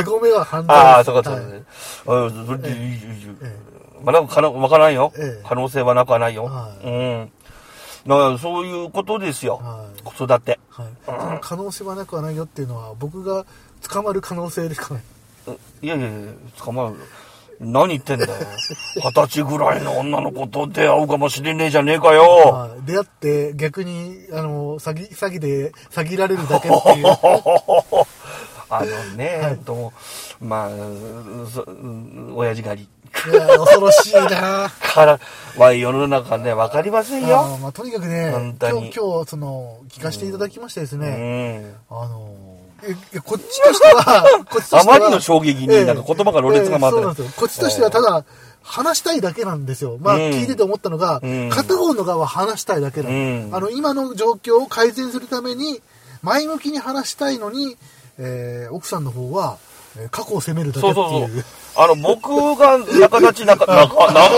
けど手ごめは犯罪です
ああ、そうか、そう
は
か
い
そうか。うんそれでいいいいいい
え
まあ、なんかかな、わからんよ
ええ。
可能性はなくはないよ。
は
うん。だから、そういうことですよ
は。い
子育て。
はい、その可能性はなくはないよっていうのは僕が捕まる可能性ですかね
いやいやいや、捕まるよ。何言ってんだ よ。二十歳ぐらいの女の子と出会うかもしれねえじゃねえかよ。
はい出会って逆にあの詐欺詐欺で詐欺られるだけっていう
あのね、えっと、まあ、そうん親父狩り
いや恐ろしいなあ
からは世の中ね、わかりません
ー
よ。
まあ、とにかくね
本当
今
に
日今日その聞かせていただきましてですね、
うん。
あのー、えいやこっちとして は、こっちとしては。
あまりの衝撃になんか言葉がろれつが回ってる
そうなんですよ。こっちとしてはただ、話したいだけなんですよ。まあ、
うん
聞いてて思ったのが、
うん
片方の側は話したいだけなの、
うん
あの、今の状況を改善するために、前向きに話したいのに、えー奥さんの方は、え過去を責めるだけ
そう
ってい
そう
う
そう。 あの、僕が仲立ち、中、中、中尾だよ。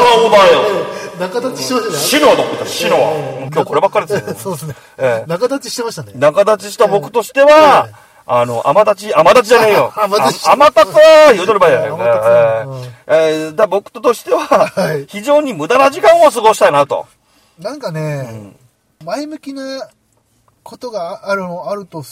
中立ちしてましたね
シノだった、シノは。 今日こればっかりです ね
そうですね、
ええ
中立ちしてましたね
中立ちした僕としては、あの、甘立ち、甘立ちじゃねえ よ。
あ甘立ち
あ甘立ちは、よどる場合じゃないよね
甘立ち
えーえーだ僕として
はい
は、非常に無駄な時間を過ごしたいなと。
なんかね、前向きなことがあるのあると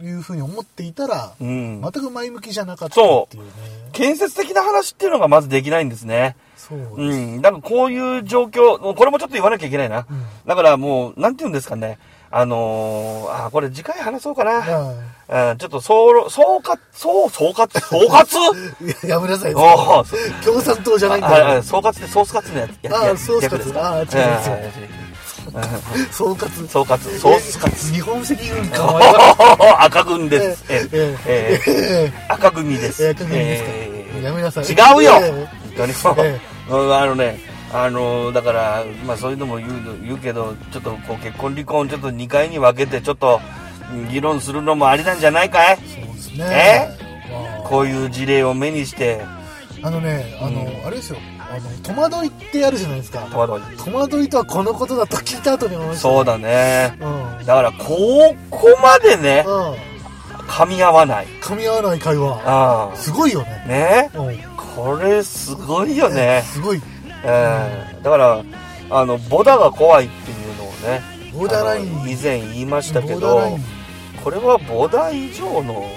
いうふうに思っていたら、
うん
全く前向きじゃなかったっていうね
建設的な話っていうのがまずできないんですね。
そうです
うん。だからこういう状況、これもちょっと言わなきゃいけないな。だからもう、なんて言うんですかね。あのー、あー、これ次回話そうかな。
は
うんちょっと、総、総括、総、総括、総 括
いややめなさい
おーそう
共産党じゃないん
はいはい
だ
総括ってソースカツのやつ。や
あー
や
ソースカツ
略ですか
あー違います
うん
総括
総括、ソースカツ。
日本赤軍か
お
わいい
ー赤軍です。
え
ええええ
え
赤組です。
え赤組ですか
ええ
やめなさい
違うよ
え
本当に
え
うんあのね、あの、だから、まあそういうのも言う言うけど、ちょっとこう結婚離婚ちょっと2回に分けてちょっとうん議論するのもありなんじゃないかい
そうですねまあ
こういう事例を目にして、
あのねあの、あれですよあの戸惑いってあるじゃないですか
戸惑い
戸惑いとはこのことだと聞いた後に思いました
そうだね。
うん
だから、ここまでね、
うん
噛み合わない。
噛み合わない会話
あ
すごいよね
あ。ね
うん
これ、すごいよね。
すごい
うん。だから、あの、ボダが怖いっていうのをね、
ボーダーライン
あの以前言いましたけ
ボーダーライ
ど
ン、
これはボダ以上の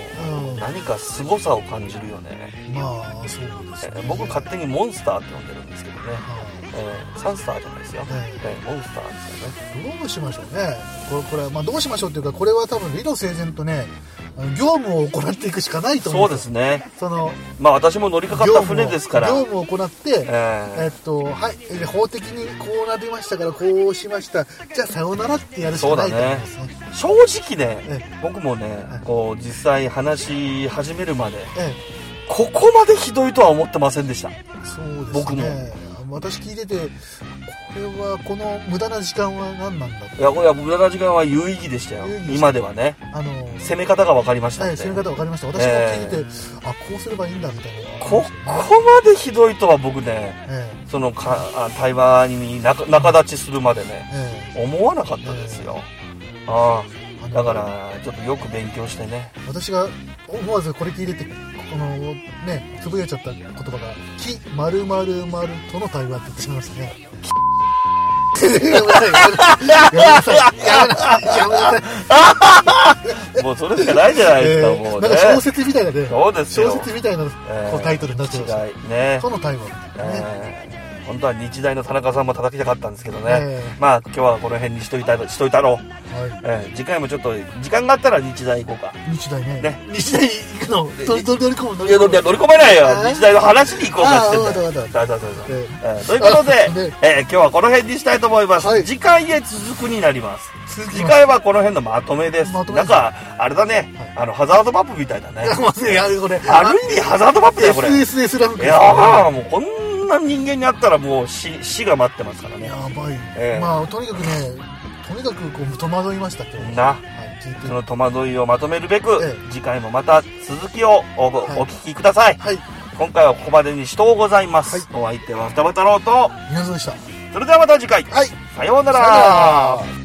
うん
何か凄さを感じるよね。
まあそうです
え
ね
ー僕、勝手にモンスターって呼んでるんですけどね。
は
えーサンスターじゃないですよ。
はい
えーモンスターですよね。
いどうしましょうねこれこれはまあどうしましょうっていうかこれは多分理路整然とねあの業務を行っていくしかないと思
そううですね。
その
まあ私も乗りかかっ
業
た
務を
船ですから。
業務を行って、
え
えっとはいえ法的にこうなりましたからこうしましたじゃあさようならってやるしかないと思いますね
ー正直ね
え、
僕もね
はい、
こう実際話し始めるまで、
え
ここまでひどいとは思ってませんでした。
えそうです
僕も
ね私聞いててこれはこの無駄な時間は何なんだ
いや、これは無駄な時間は有意義でしたよ
有意義。でした
今ではね。
あの
攻め方が分かりました
は
ん
い、
で。
攻め方分かりました。私も聞いて、あ、こうすればいいんだみたいな。
ここまでひどいとは僕ね、
ええ
そのかあ対話に仲仲立ちするまでね、
え
思わなかったですよ。あ
え
あ。だか、ら、ちょっとよく勉強してね。
あの私が思わずこれ聞いてて、このね、つぶやいちゃった言葉が、き、まるまるまるとの対話って言ってしまいましたね。やめなさい、やめなさい、やめなさい、やめなさい。
もうそれしかないじゃないですか、
ええ
もう
な
ね
ん。か小説みたいなね、
そうですよ
小説みたいなこ
え
う
え
タイトルになっちゃいました。
違いね。
との対話、ね。
えー本当は日大の田中さんも叩きたかったんですけどね、
ええ
まあ今日はこの辺にしといたしといたろう、
は
えー次回もちょっと時間があったら日大行こうか
い。日大ね。
ね
日大行くの、ど、ど、乗り込む、乗
いや乗り乗り込めないよ日大の話に行こうかして
ああわかったわ
ん
か
だ
っ
よそうそ
た
うそうそう
え
えーということで
あね、
えー今日はこの辺にしたいと思います、
はい
次回へ続くになります
続きます
次回はこの辺のまとめです
まと
な
めで
ん
す
かあれだね、あのハザードマップみたい だね
いや、まずいや、これ。
ある意味ハザードマップだよこれい
SSS ランク。
やーもうこんな人間に会ったらもう死死が待ってますからね
やばい。
ええ
まあ、とにかくね、とにかくこう戸惑いましたけど。
な
はい、聞いて
そ。の戸惑いをまとめるべく、
え
次回もまた続きをお,お、
はい
お聞きください。
はい、
今回はここまでにしとうございます。お相手は二葉太郎と、
皆さんでした。
それではまた次回、
はい。
さような
さような
ら
ら。